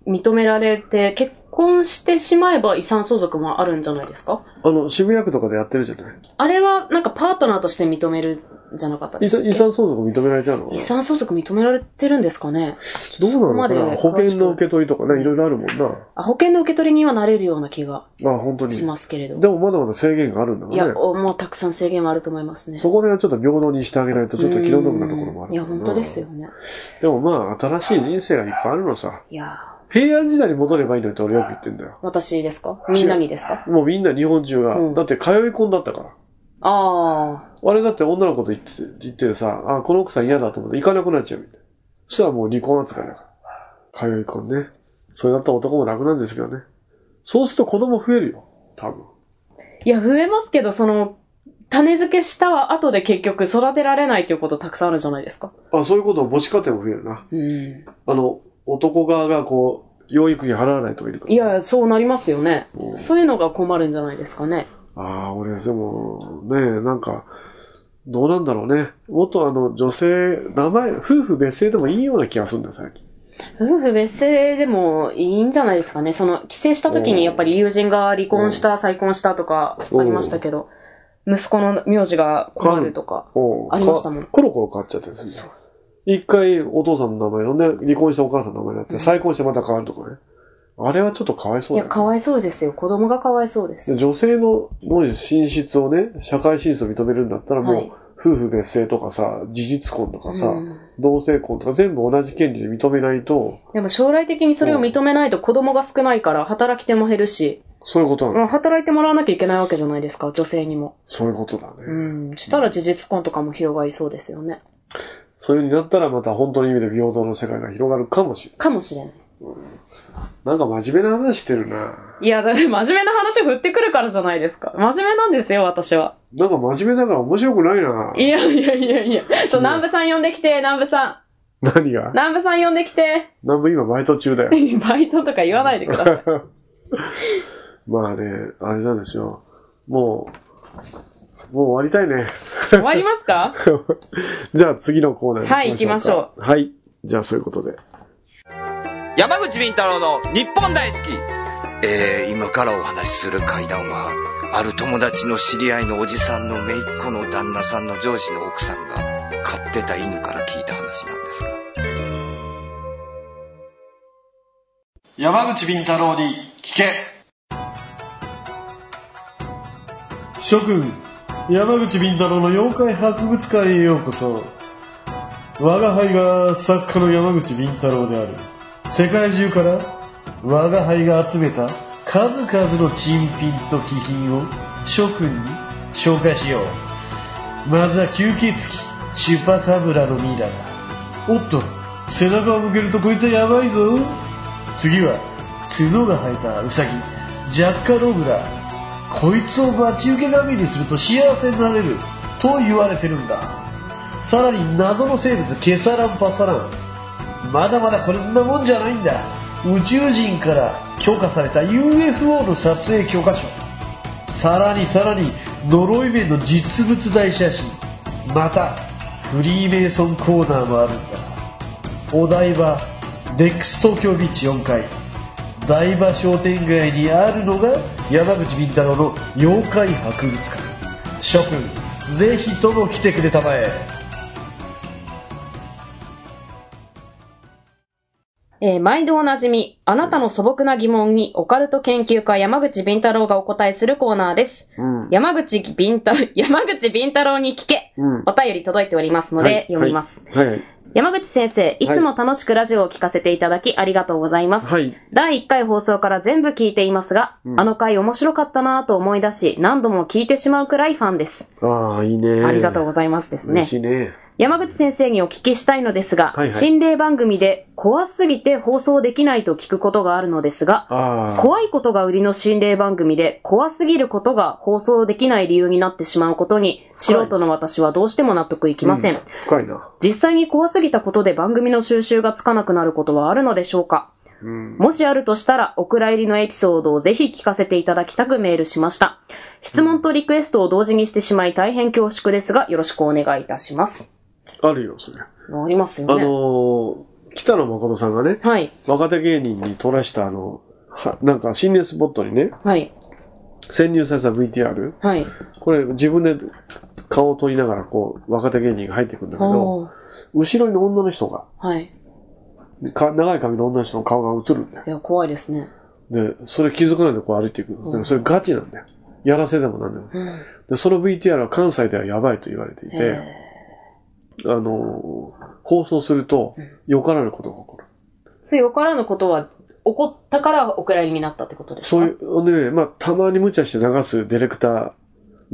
認められて、結婚してしまえば遺産相続もあるんじゃないですかあの、渋谷区とかでやってるじゃない。あれは、なんかパートナーとして認めるじゃなかった遺です産遺産相続認められちゃうのか遺な産相続認められてるんですかねどうなのかここまなで保険の受け取りとかね、いろいろあるもんな。あ保険の受け取りにはなれるような気があ、本当に。しでますけれど。もまだまだ制限があるんだいかや、らね。おもうたくさん制限はあると思いますね。そこら辺はちょっと平等にしてあげないと、ちょっと気の毒なところもあうんるいからや、な本当ですよ。ね。でもまあ、新しい人生がいっぱいあるのさ。いや平安時代に戻ればいいのって俺よく言ってんだよ。ー、私ですかみんなにですかもうみんな日本中が、うんだって通い込んだったから。ああれだって女の子と言って言ってさ、あ、この奥さん嫌だと思って行かなくなっちゃうみたいな。そしたらもう離婚扱いだから。通い込んね。それだったら男も楽なんですけどね。そうすると子供増えるよ。あ、多分。いや、増えますけど、その、種付けしたは後で結局育てられないということたくさんあるじゃないですか。あ、そういうことは母子家庭も増えるな。うん。あの、男側がこう、養育費払わないとかいるから。いやいや、そうなりますよねう。んそういうのが困るんじゃないですかね。ああ、俺、でも、ねなんか、どうなんだろうね。もっとあの、女性、名前、夫婦別姓でもいいような気がするんだよ、最近。夫婦別姓でもいいんじゃないですかね。その、帰省した時にやっぱり友人が離婚した、再婚したとかありましたけど、息子の名字が困るとか。おうありましたもんかコロコロ変わっちゃってるんですよ。一回お父さんの名前呼んで、離婚したお母さんの名前になって、再婚してまた変わるとかね。あれはちょっとかわいそいうだよ、や、ね。かわいそうですよ。子供がかわいそうです。女性のもう進出をね、社会進出を認めるんだったらもう、はい夫婦別姓とかさ、事実婚とかさ、うん同性婚とか全部同じ権利で認めないと、でも将来的にそれを認めないと子供が少ないから働き手も減るし、そういうことなの、うん働いてもらわなきゃいけないわけじゃないですか、女性にも。そういうことだね。うん。したら事実婚とかも広がりそうですよね。そういう風になったらまた本当の意味で平等の世界が広がるかもしれかもしれない。ない。なんか真面目な話してるな。いや、だって真面目な話振ってくるからじゃないですか。真面目なんですよ、私は。。なんか真面目だから面白くないないやいやいやいや。そう、南部さん呼んできて、南部さ何ん。が南部さん呼んできて。 なんも今バイト中だよ。 バイトとか言わないでください。まあね、あれなんですよ。もう、もう終わりたいね。 終わりますかじゃあ次のコーナーにはい行きましょうか。はい。じゃあそういうことで。山口敏太郎の日本大好きえー、今からお話しする会談は、ある友達の知り合いのおじさんの姪っ子の旦那さんの上司の奥さんが飼ってた犬から聞いた話なんですが。山口敏太郎に聞け諸君山口敏太郎の妖怪博物館へようこそ我が輩が作家の山口敏太郎である世界中から我が輩が集めた数々の珍品と貴品を諸君に紹介しようまずは吸血鬼チュパカブラのミイラだおっと背中を向けるとこいつはやばいぞ次は角が生えたウサギジャッカロブラこいつを待ち受け神にすると幸せになれると言われてるんださらに謎の生物ケサランパサランまだまだこんなもんじゃないんだ宇宙人から許可された UFO の撮影許可書さらにさらに呪い面の実物大写真またフリーメイソンコーナーもあるんだお台場デックス東京ビーチ4階台場商店街にあるのが山口敏太郎の妖怪博物館諸君ぜひとも来てくれたまええー毎度おなじみ、あなたの素朴な疑問にオカルト研究家山口敏太郎がお答えするコーナーです。うん。山口敏太、 山口敏太郎に聞け。うんお便り届いておりますので、はい読みます。。はい。はい。山口先生、いつも楽しくラジオを聞かせていただきありがとうございます。はい第1回放送から全部聞いていますが、うんあの回面白かったなぁと思い出し、何度も聞いてしまうくらいファンです。ああ、いいね。ありがとうございざいますです嬉ねし。いね。山口先生にお聞きしたいのですが、はいはい心霊番組で怖すぎて放送できないと聞くことがあるのですが、ああ。怖いことが売りの心霊番組で怖すぎることが放送できない理由になってしまうことに素人の私はどうしても納得いきません、うん深いな。実際に怖すぎたことで番組の収集がつかなくなることはあるのでしょうかうん。もしあるとしたら、お蔵入りのエピソードをぜひ聞かせていただきたくメールしました。質問とリクエストを同時にしてしまい大変恐縮ですが、よろしくお願いいたします。あるよ、それ。あありますよね。のー、北野誠さんがね、はい。若手芸人に取らしたあの、はなんか心霊スポットにね、はい。潜入された VTR。はい。これ自分で顔を撮りながらこう、若手芸人が入ってくんだけど、おー後ろに女の人が、はい。か長い髪の女の人の顔が映るんだよ。いや、怖いですね。で、それ気づかないでこう歩いていくの。でもそれガチなんだよ。やらせでもなんでも。うん。で、その VTR は関西ではやばいと言われていて、えあのー放送すると、よからぬことが起こる。ーそういうよからぬことは、起こったからお蔵入りになったってことですかそういう、ね、まあ、たまに無茶して流すディレクター、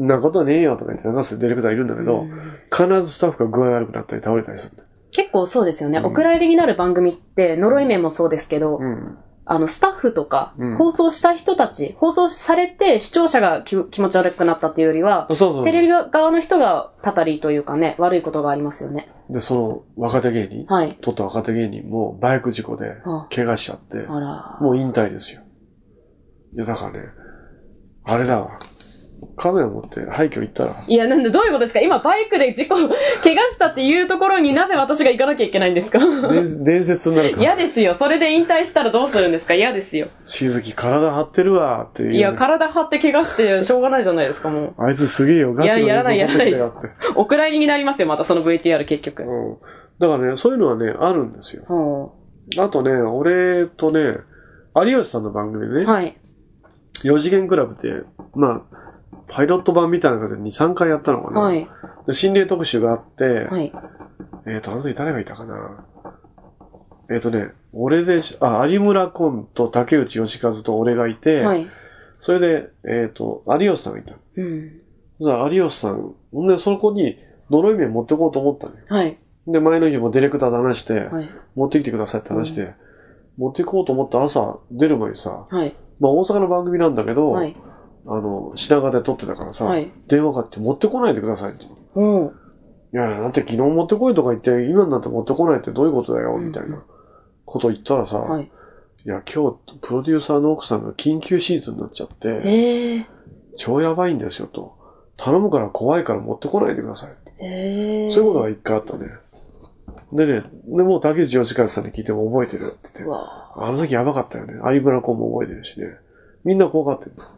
んなことはねえよとか言って流すディレクターいるんだけど、必ずスタッフが具合悪くなったり倒れたりするんだよ。結構そうですよね。お蔵入りになる番組って、呪い面もそうですけど、うん。あの、スタッフとかうん、放送した人たち、放送されて視聴者が気気持ち悪くなったっていうよりはそう、そう。テレビ側の人がたたりというかね、悪いことがありますよね。で、その若手芸人、はい。取った若手芸人もバイク事故であ怪我しちゃって、あら。もう引退ですよ。いや、だからね、あれだわ。カメラ持って廃墟行ったら、いや、なんで、どういうことですか今、バイクで事故、 怪我したっていうところになぜ私が行かなきゃいけないんですか 伝伝説になるから、嫌ですよ。それで引退したらどうするんですか嫌ですよ。静木体張ってるわっていう、いや、体張って怪我してしょうがないじゃないですか、もあいつすげえよ、いガチやのやらない映像撮ってきたやよって。う。お蔵入りになりますよ、またその VTR 結局。うん。だからね、そういうのはね、あるんですよ。はあとね、俺とね、有吉さんの番組でね、はい。 4次元クラブって、まあ、パイロット版みたいな感じで2、3回やったのかな。はい。で心霊特集があって、はい。えっ、と、あの時誰がいたかな。えっ、とね、俺でし、あ、有村昆と竹内義和と俺がいて、はい。それで、えっ、と、有吉さんがいた。うん。そしたら有吉さん、ほんで、そこに呪い面持ってこうと思ったのよ。はい。で、前の日もディレクターと話して、はい。持ってきてくださいって話して、持っていこうと思った朝、出る前にさ、はい。まあ大阪の番組なんだけど、はい。あの、品川で撮ってたからさ、はい電話かかって持ってこないでくださいって。いおう。や、だって昨日持ってこいとか言って、今になって持ってこないってどういうことだよ、うんみたいなこと言ったらさ、、はいい。や、今日、プロデューサーの奥さんが緊急シーズンになっちゃって、ええ超やばいんですよと。頼むから怖いから持ってこないでください。ええそういうことが一回あったね。でね、でもう竹内義和さんに聞いても覚えてるって言ってう、わあの時やばかったよね。有村コも覚えてるしね。みんな怖かったよね。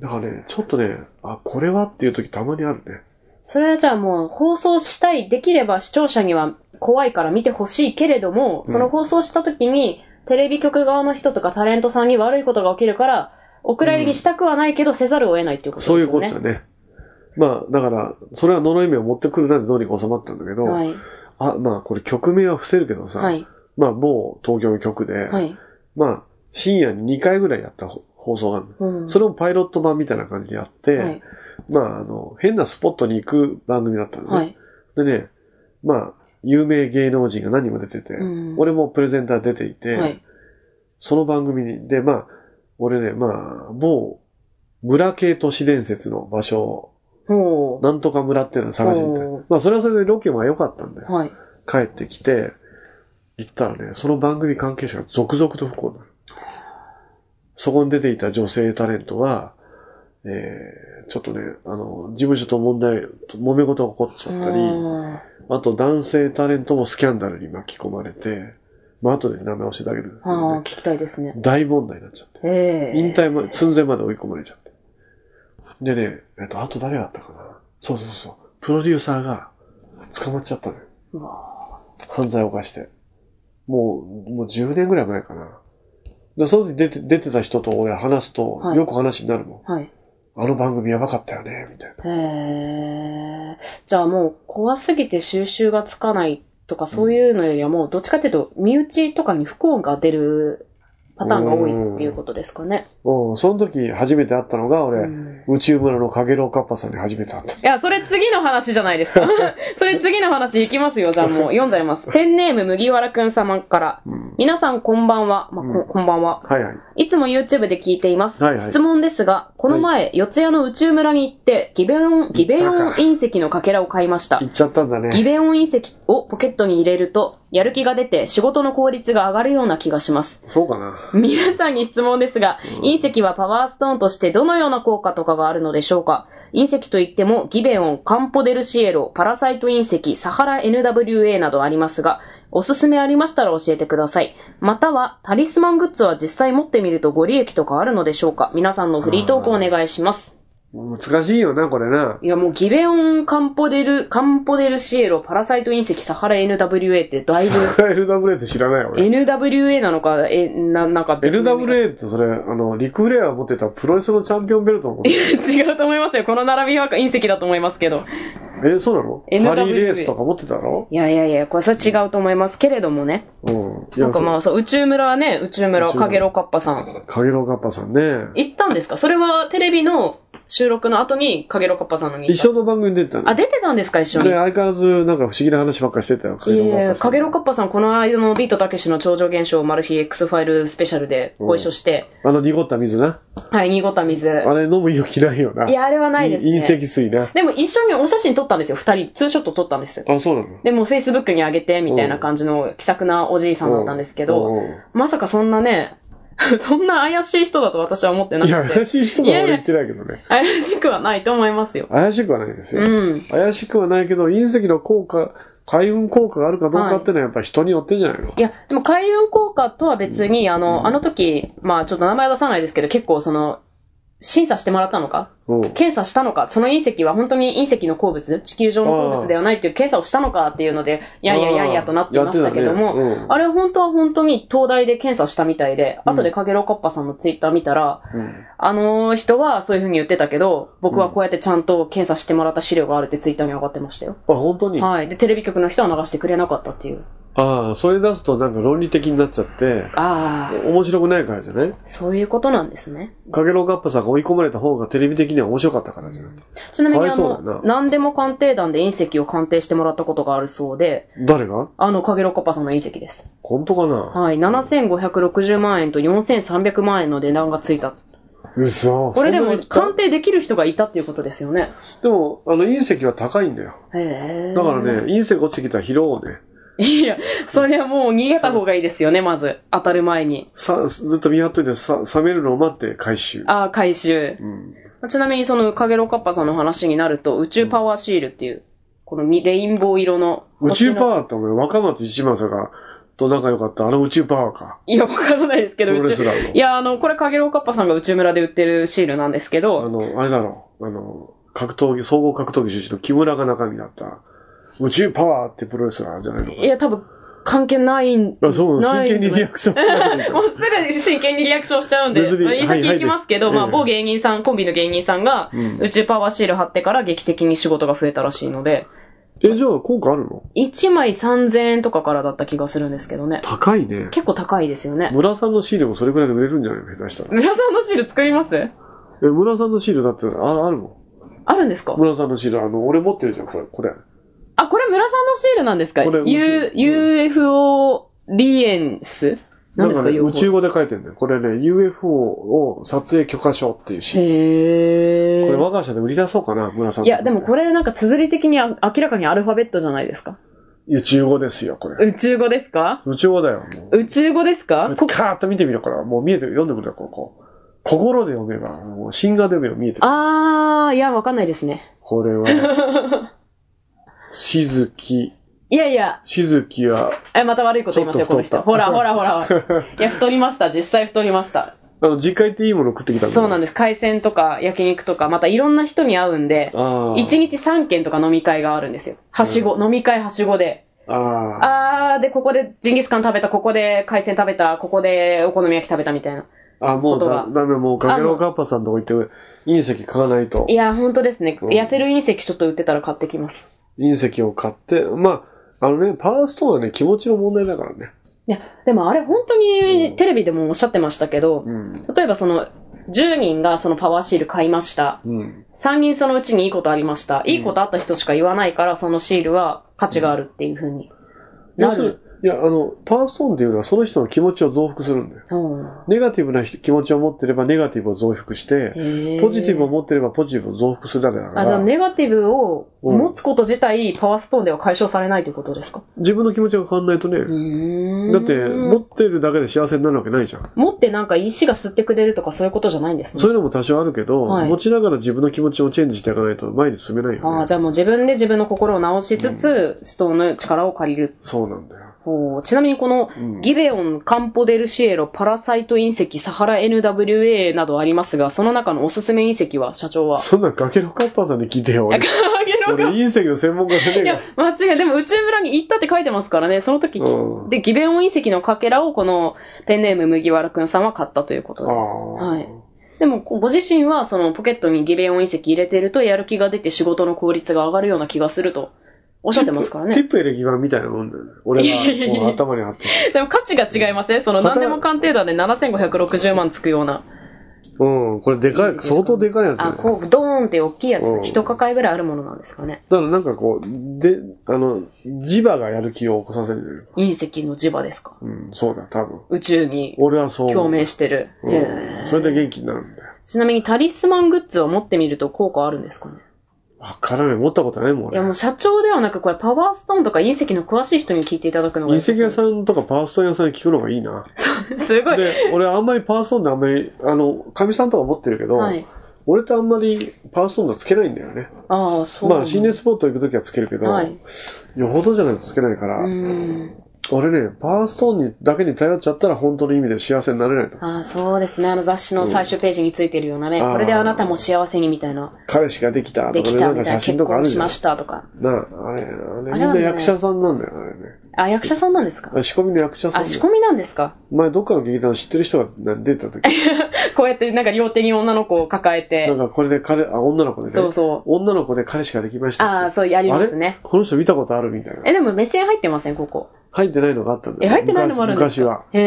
だからね、ちょっとね、あ、これはっていう時たまにあるね。それはじゃあもう放送したい、できれば視聴者には怖いから見てほしいけれども、うんその放送した時にテレビ局側の人とかタレントさんに悪いことが起きるから、お蔵入りにしたくはないけど、せざるを得ないっていうことそういでうすよこね。とだね。まあ、だから、それは呪い目を持ってくるなんてどうにか収まったんだけど、はい。あ、まあ、これ曲名は伏せるけどさ、はい。まあ、某東京の曲で、はい。まあ、深夜に2回ぐらいやったほ放送があるの、うんそれもパイロット版みたいな感じでやって、はい。まあ、あの、変なスポットに行く番組だったのね。はい。でね、まあ、有名芸能人が何人も出てて、うん俺もプレゼンター出ていて、はい。その番組に、で、まあ、俺ね、まあ、某村系都市伝説の場所ほを、なんとか村っていうのを探してみたいおー。まあ、それはそれでロケも良かったんだう。よ。はい。帰ってきて、行ったらね、その番組関係者が続々と不幸になる。そこに出ていた女性タレントは、えー、ちょっとね、あの、事務所と問題、揉め事が起こっちゃったり、ああと男性タレントもスキャンダルに巻き込まれて、まあ後で名前を教えてあげるんだーあー、聞けきたいですねどね。大問題になっちゃって。ええ引退まで、寸前まで追い込まれちゃって。でね、えっと、あと誰だったかな。そうそうそう。プロデューサーが捕まっちゃったのよ。うわ犯罪を犯して。もう、もう10年ぐらい前かな。で、その時出て出てた人と俺話すと、はいよく話になるもん。はい。あの番組やばかったよね、みたいな。へえ。じゃあもう怖すぎて収集がつかないとかそういうのよりはもうどっちかっていうと身内とかに不幸が出るパターンが多いっていうことですかね。うん、その時初めて会ったのが俺、うん宇宙村のかげろうかっぱさんに初めて会った。いや、それ次の話じゃないです か。それ次の話いきますよ。じゃあもう読んじゃいます。ペンネーム麦わらくん様から。うん。皆さんこんばんは。まあこうんこんばんは。はいはい。いつも YouTube で聞いています。はいはい質問ですが、この前、四谷の宇宙村に行って、ギベオン、ギベオン隕石のかけらを買いました行。っちゃったんだギね。ベオン隕石をポケットに入れると、やる気が出て仕事の効率が上がるような気がします。そうかな。皆さんに質問ですが、うん隕石はパワーストーンとしてどのような効果とかがあるのでしょうか隕石といっても、ギベオン、カンポデルシエロ、パラサイト隕石、サハラ NWA などありますが、おすすめありましたら教えてください。または、タリスマングッズは実際持ってみるとご利益とかあるのでしょうか皆さんのフリートークお願いします。難しいよな、こ れな。いやもうギベオン、カンポデル、カンポデルシエロ、パラサイト隕石、サハラ NWA ってだいぶ、 LWA って知らない俺。 NWA なのか、え、な、なんか別の意味が LWA ってそれ、あの、リクフレアが持ってたプロレスのチャンピオンベルトの こと。違うと思いますよ。この並びは隕石だと思いますけど。え、そうなの NWA ハリーレースとか持ってたのいやいやいや、これそれ違うと思いますけれどもね。うん。いなや、んかまあそう、宇宙村はね、宇宙宇村、宙村かげろうかっぱさん。かげろうかっぱさんね。行ったんですかそれはテレビの収録の後に、かげろかっぱさんのに行っ一た。緒の番組に出てたのあ、出てたんですか、一緒にで、。相変わらずなんか不思議な話ばっかりしてたよ、いろえいえ、さかんげろかっぱさん、この間のビートたけしの超常現象マル秘 X ファイルスペシャルでご一緒して、あの濁った水な。はい、濁った水。あれ飲む勇気ないよな。いや、あれはないですいね。隕石水な。でも一緒にお写真撮ったんですよ、二人。ツーショット撮ったんです。あ、そうなのでも、Facebook に上げて、みたいな感じの気さくなおじいさんだったんですけど、うんうんまさかそんなね、 そんな怪しい人だと私は思ってないくや、怪て、しい人は俺言ってないけどね。怪しくはないと思いますよ。怪しくはないですうよ。ん。怪しくはないけど、隕石の効果、海運効果があるかどうかってのはやっぱ人によってんじゃないの、いや、でも海運効果とは別に、あの、あの時、まあちょっと名前は出さないですけど、結構その、審査してもらったのかうん。検査したのか、その隕石は本当に隕石の鉱物、地球上の鉱物ではないっていう検査をしたのかっていうので、いやいやいやいやとなっていましたけども、やってたねあれ本当は本当に東大で検査したみたいで、うん後でかげろうかっぱさんのツイッター見たら、うんあの人はそういう風に言ってたけど、僕はこうやってちゃんと検査してもらった資料があるってツイッターに上がってましたよ。うんあ、本当に、はい。で、テレビ局の人は流してくれなかったっていう。ああ、それ出すとなんか論理的になっちゃって、ああ、面白くないからじゃないそういうことなんですね。かげろうかっぱさんが追い込まれた方がテレビ的には面白かったからじゃないちなみにあかわいのそうだな、何でも鑑定団で隕石を鑑定してもらったことがあるそうで、誰があの、かげろうかっぱさんの隕石です。本当かな、はい、7560万円と4300万円の値段がついた。嘘。これでそんなもに鑑定できる人がいたっていうことですよね。でも、あの、隕石は高いんだよ。へえ。だからね、。隕石落ちてきたら拾おうね。いや、それはもう逃げた方がいいですよね、まず。当たる前に。さ、ずっと見張っといて、さ、冷めるのを待って回収。ああ、回収う。ん。ちなみにその、かげろうかっぱさんの話になると、宇宙パワーシールっていう、このみレインボー色の。宇宙パーワーってお前、若松一正が、と仲良かった、あの宇宙パワーか。いや、わからないですけど、プロレ宇ス宙。ラーのいや、あの、これかげろうかっぱさんが宇宙村で売ってるシールなんですけあど、の、あれだろう、あの、格闘技、総合格闘技出身の木村が中身だった、宇宙パワーってプロレスラーじゃないのいや、多分、関係ないんか。あそうななの、い真剣にリアク ションしないでいいかもらうすぐ真剣にリアクションしちゃうんで、別にはい先行きますけど、はいまあ、ええ某芸人さん、コンビの芸人さんがうん、宇宙パワーシール貼ってから劇的に仕事が増えたらしいので、え、じゃあ効果あるの1枚3000円とかからだった気がするんですけどね。高いね。結構高いですよね。村さんのシールもそれくらいで売れるんじゃないの下手したら。村さんのシール作りますえ、村さんのシールだって、ああるもあるんですかん。村さんのシール、あの、俺持ってるじゃん、これ、これ。あ、これ村さんのシールなんですかこれ ?U、UFO リエンスなんですか、ね、 UFO 宇宙語で書いてんだよ。これね、UFO を撮影許可証っていうシール。へこれー我が社で売り出そうかな、村さん。いや、でもこ。れなんか綴り的にあ明らかにアルファベットじゃないですか。宇宙語ですよ、これ。宇宙語ですか宇宙語だよ、もう。宇宙語ですかこカーッと見てみろから、もう見えてる、読んでくれよ、ここ。心で読めば、もう、心画で読めば見えてる。あー、いや、わかんないですね。これは、しずき、いやいや、しずきは、え、また悪いこと言いますよ、ちこょっのと太人。ったほら、ほら、ほら。 ほらいや、太りました。実際太りました。あの、実家行っていいもの食ってきたそうなんでです。海鮮とか焼肉とか、またいろんな人に会うんで、ああ。 1日3件とか飲み会があるんですよ。はしご、飲み会はしごで。ああ。あー、で、ここでジンギスカン食べた、ここで海鮮食べた、ここでお好み焼き食べたみたいな。あ、もこうとがだ、だめ、もう、かけろうかっぱさんとこ行って、隕石買わないとい。や、本当ですね。うん痩せる隕石ちょっと売ってたら買ってきます。隕石を買って、まあ、あのね、パワーストーンはね、気持ちの問題だからね。いや、でもあれ本当にテレビでもおっしゃってましたけど、うん。例えばその、10人がそのパワーシール買いました。うん。 3人そのうちにいいことありました。いいことあった人しか言わないから、そのシールは価値があるっていうふうに。な要するる。に、いや、あの、パワーストーンっていうのはその人の気持ちを増幅するんだよ。そう。ネガティブな人気持ちを持ってればネガティブを増幅して、へポジティブを持ってればポジティブを増幅するだけだから。あ、じゃあネガティブを持つこと自体、パワーストーンでは解消されないということですか自分の気持ちが変わんないとね、だだって、持ってるだけで幸せになるわけないじゃん。持ってなんか石が吸ってくれるとかそういうことじゃないんですね。そういうのも多少あるけど、はい持ちながら自分の気持ちをチェンジしていかないと前に進めないよね。ああ、じゃあもう自分で自分の心を直しつつ、ストーンの力を借りる。そうなんだよ。ほうちなみにこの、うんギベオン、カンポデルシエロ、パラサイト隕石、サハラ NWA などありますが、その中のおすすめ隕石は、社長は。そんなん崖のカッパーさんに聞いてよ。いや俺かげろ俺か隕石の専門家じゃねえいかやら。、間違い。でも宇宙村に行ったって書いてますからね、その時き、うんで、ギベオン隕石のかけらをこのペンネーム麦わらくんさんは買ったということあで。あ。はいでも、こうご自身はそのポケットにギベオン隕石入れてるとやる気が出て仕事の効率が上がるような気がするとおっしゃってますからテ ね。ップエレキ版みたいなもんだよね。俺がこう頭に貼って。でも価値が違いませんその何でも鑑定団で7560万つくような。あうん、これでかい、相当でかいやつだあ、よ。こう、ドーンって大きいやうつ、ん一抱えぐらいあるものなんですかね。だからなんかこう、で、あの、磁場がやる気を起こさせる。隕石の磁場ですか。うん、そうだ、多分。宇宙に俺はそう思う。共鳴してる。うんへーそれで元気になるんだよ。ちなみにタリスマングッズを持ってみると効果あるんですかねわからない。持ったことないもん、い俺やもう社長ではなく、これパワーストーンとか隕石の詳しい人に聞いていただくのが隕石屋さんとかパワーストーン屋さんに聞くのがいいな。ん。すごい。で、俺あんまりパワーストーンであんまり、あの、神さんとか持ってるけど、はい。俺ってあんまりパワーストーンとかつけないんだよね。ああ、そう。まあ、心霊スポット行くときはつけるけど、はいよほどじゃないとつけないかうら、ん。俺ね、パワーストーンにだけに頼っちゃったら本当の意味で幸せになれないと。ああ、そうですね。あの雑誌の最終ページについてるようなね、うんこれであなたも幸せにみたいな、彼氏ができたでとかきね、たなみんかたいな、写真結とかあ婚るしじゃんま。したとか。なあ、あれ、あれあみんれはなね役者さんなんだよ、あれね。あ、役者さんなんですあかれ仕込みの役者さんあ、だ仕よ。込みなんですか前どっかの劇団知ってる人が出てた時、こうやってなんか両手に女の子を抱えてなん、かこれで彼、あ、女の子でね。そうそう女の子で彼氏ができましたって。ああ、そうやりますあれね。この人見たことあるみたいなえ、。でも目線入ってません、ここ。入ってないのがあったんだえ、よ。入ってないのもあるんです昔か昔は。へ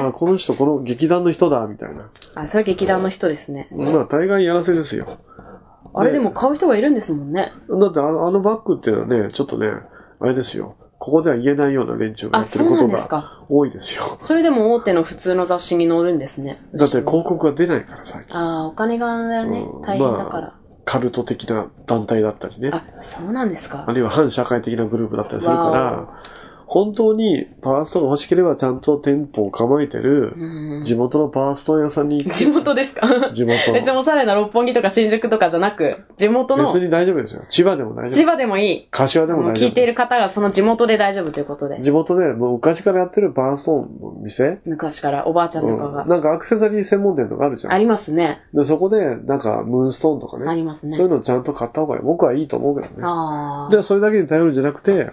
え。ああ、この人、この劇団の人だ、みたいな。あ、それ劇団の人ですね。まあ、大概やらせですよ。あれねでも買う人がいるんですもんね。だってあの、あのバッグっていうのはね、ちょっとね、あれですよ。ここでは言えないような連中がやってるこあそうなとんですかが多いですよ。それでも大手の普通の雑誌に載るんですね。だって広告が出ないから、最近。ああ、お金がねうん、大変だからま。あ、カルト的な団体だったりね。あ、そうなんですあか。るいは反社会的なグループだったりするわから、本当にパワーストーンが欲しければちゃんと店舗を構えてうる、ん地元のパワーストーン屋さんに行って、地元ですか地 元別におしゃれな六本木とか新宿とかじゃなく、地元の別、に大丈夫ですよ。千葉でも大丈千夫。葉でもいい。柏でももう大丈聞夫いていでるす。方がその地元で大丈夫ということで。地元でもう昔からやってるパワーストーンの店、昔からおばあちゃんとかうがん。なんかアクセサリー専門店とかあるじゃあん。りますね。でそこで、なんか、ムーンストーンとかね。ありますねそういうのをちゃんと買った方が僕はいいと思うけどね。ああで、。それだけに頼るんじゃなくて、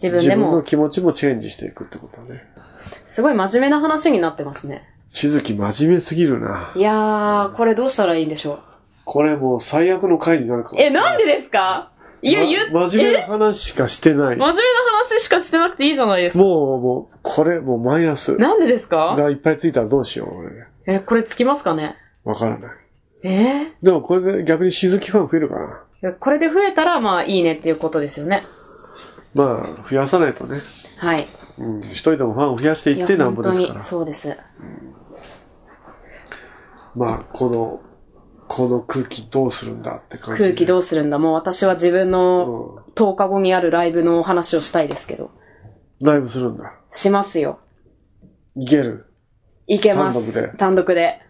自分でのも、気持ちもチェンジしていくってことだね。すごい真面目な話になってますね。。しずき真面目すぎるないやー、これどうしたらいいんでしょう。これもう最悪の回になるかも。え、なんでですかいや、言まっ真面目な話しかしてな真面い。目もな話しかしてなくていいじゃないですう、か。もう、これ、もうマイナスなんでですかがいっぱいついたらどうしよう、俺。え、これつきますかねわからない。えでもこれで逆にしずきファン増えるかな。ーこれで増えたら、まあいいねっていうことですよね。まあ、増やさないとね。はい。うん、一人でもファンを増やしていいやってなんぼですか本当らに、。そうです。まあ、この、この空気どうするんだって感じで。空気どうするんだもう私は自分のう10日後にあるライブのお話をしたいですけど。ん。ライブするんだ。しますよ。いける。いけます。単独で単独で。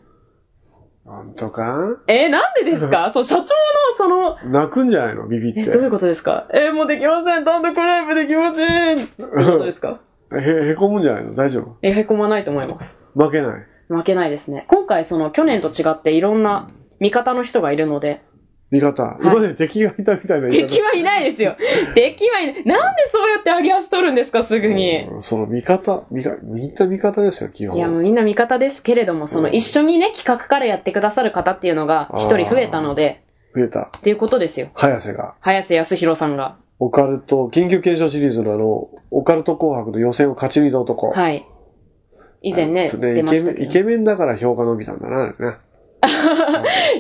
なんとかえーなんでです かそう、社長のその、泣くんじゃないのビビって。え、どういうことですかえーもうできません。単独ライブできません。どういうことです かへ、へこむんじゃないの大丈夫えー、へこまないと思います。負けない。負けないですね。今回その去年と違っていろんな味方の人がいるので、味方。今ね、敵がいたみたいな言い方敵はいない ですよ。敵はいない。なんでそうやって上げ足取るんですか、すぐに。うんその味方、味方、みんな味方ですよ、基本。いや、もうみんな味方ですけれども、その一緒にね、企画からやってくださる方っていうのが一人増えたので、増えた。っていうことですよ。早瀬が、早瀬康弘さんが。オカルト、緊急検証シリーズのあの、オカルト紅白の予選を勝ち抜いた男。い。はい。以前ね、出イまケしたメン、けイケど。メンだから票が伸びたんだな、あれね。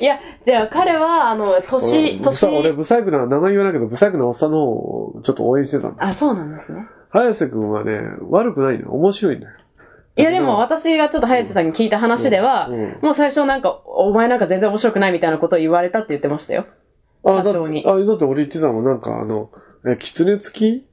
いや、じゃあ彼は、あの、年、うんぶ年さ、俺、ブサイクな、名前言わないけど、ブサイクなおっさんの方をちょっと応援してたんだ。あ、そうなんですね。早瀬くんはね、悪くないの。面白いんだよ。いやでも私がちょっと早瀬さんに聞いた話では、うんうんもう最初なんか、お前なんか全然面白くないみたいなことを言われたって言ってましたよ。あ、だ社って、長にあ、だって俺言ってたもん、なんかあの、え、狐付き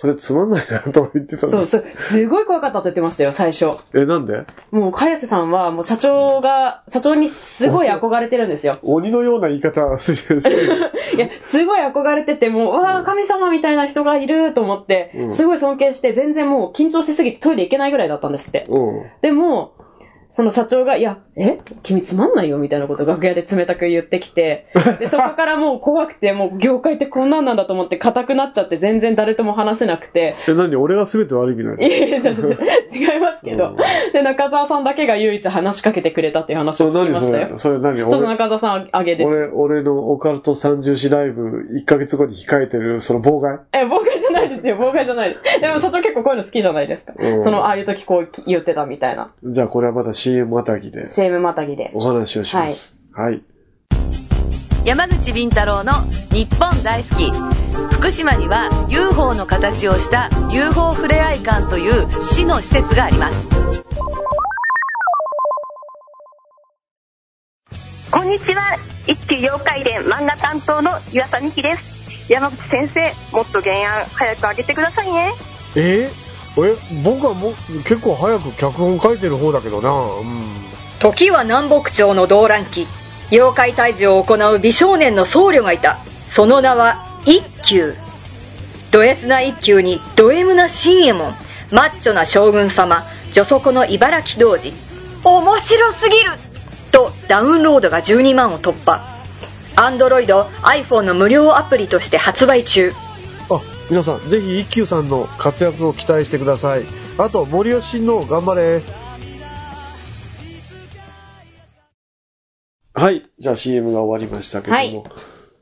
それつまんないな、と俺言ってたそのう、。すすごい怖かったって言ってましたよ、最初。え、なんでもう、早瀬さんは、もう社長が、社長にすごい憧れてるんですよ。鬼のような言い方するじゃないです か。いや、すごい憧れてて、もう、うわあ神様みたいな人がいると思ってう、んすごい尊敬して、全然もう緊張しすぎてトイレ行けないぐらいだったんですって。うん。でも、その社長が、いや、え君つまんないよみたいなことを楽屋で冷たく言ってき て、で、そこからもう怖くて、もう業界ってこんなんなんだと思って硬くなっちゃって全然誰とも話せなくて、え、何俺が全て悪いみたいいな。やいや、ちょっと違いますけうどん。で、中澤さんだけが唯一話しかけてくれたっていう話そをれ聞きま何しそたれよ。それ何ちょっと俺、中澤さんあげです。俺、俺のオカルト三重視ライブ1ヶ月後に控えてる、その妨害え、妨害じゃないですよ、妨害じゃないです。でも社長結構こういうの好きじゃないですか。うんその、ああいう時こう言ってたみたいな。じゃあこれはまだ CM またぎで CM またぎで。お話をします。はい。山口敏太郎の日本大好き福島には UFO の形をした UFO ふれあい館という市の施設がありますこんにちは一級妖怪伝漫画担当の岩田美希です山口先生もっと原案早く上げてくださいねええ僕はもう結構早く脚本書いてる方だけどなうん時は南北朝の動乱期妖怪退治を行う美少年の僧侶がいたその名は一休ド S な一休にド M な新右衛門マッチョな将軍様女底の茨城童子面白すぎるとダウンロードが12万を突破アンドロイド iPhone の無料アプリとして発売中あ皆さんぜひ一休さんの活躍を期待してくださいあと森吉の頑張れはい。じゃあ CM が終わりましたけども。はい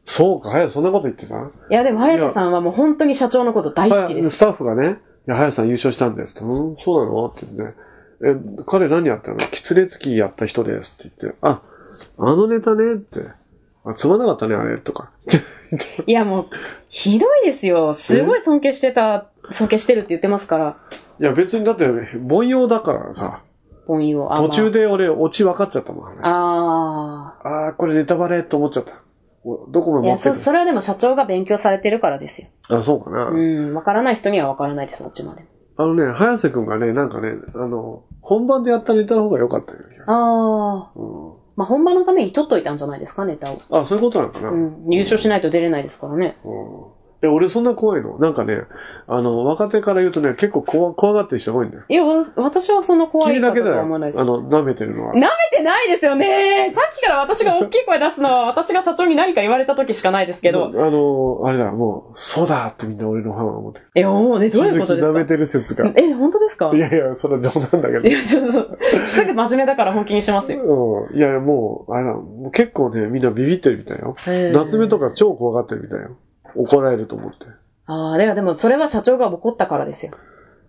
そうか、早瀬そんなこと言ってたいや、でも、早瀬さんはもう本当に社長のこと大好きではす。スタッフがね、いや、早瀬さん優勝したんですって。うん、そうなのって言ってね。え、彼何やったのキツレツキーやった人ですって言って、あ、あのネタねって。あ、つまんなかったね、あれ、とか。いや、もう、ひどいですよ。すごい尊敬してた、尊敬してるって言ってますから、いや、別にだって、凡庸だからさ、本意を。あ途中。で俺、オチ分かっちゃったもん、話まああー、これネタバレと思っちゃった。おどこまあー。いで持やってそ、るそれはでも社長が勉強されてるからですよ。あ、そうかな。うん。わからない人にはわからないです、オチまで。あのね、早瀬くんがね、なんかね、あの、本番でやったネタの方が良かったよ。ああ。うんまあ、本番のために取っといたんじゃないですか、ネタを。あ、そういうことなのかな。うん。優勝しないと出れないですからね。うんえ、俺そんな怖いのなんかね、あの、若手から言うとね、結構怖怖がってる人が多いんだよ。いや、わ私はそんな怖い君だ方けとだはよ。あ思わないです。の、舐めてるのは。舐めてないですよね。さっきから私が大きい声出すのは、私が社長に何か言われた時しかないですけど。あの、あれだ、もう、そうだってみんな俺のファンは思ってる。え、もうね、どういうことで鈴木舐めすてる説がか。え、本当ですかいやいや、それは冗談だけど い。や、ちょっと、すぐ真面目だから本気にしますよ。うん、いやいや、もう、あれだ、もう結構ね、みんなビビってるみたいよ。へー夏目とか超怖がってるみたいよ。怒られると思って。ああ、でも、でも、それは社長が怒ったからですよ。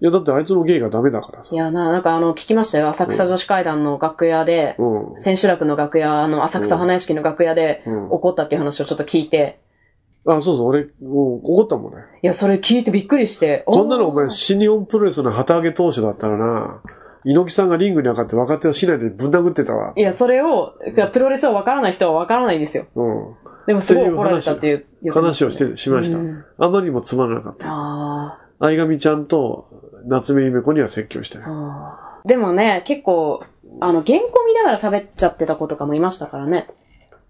いや、だってあいつの芸がダメだからさい。や、な、なんかあの、聞きましたよ。浅草女子会談の楽屋でう、ん。千秋楽の楽屋、あの、浅草花屋敷の楽屋でうん怒ったっていう話をちょっと聞いて、あ、そうそう、俺、もう怒ったもんね。いや、それ聞いてびっくりして、こんなのおお前、ー新日本プロレスの旗揚げ投手だったらな、猪木さんがリングに上がって若手を市内でぶん殴ってたわ。いや、それを、じゃあプロレスをわからない人はわからないんですよ。うん。でもすごい怒られたっていう。話をして、しましたうん。あまりにもつまらなかった。あー相上ちゃんと夏目夢子には説教してない。あー。でもね、結構、あの、原稿見ながら喋っちゃってた子とかもいましたからね。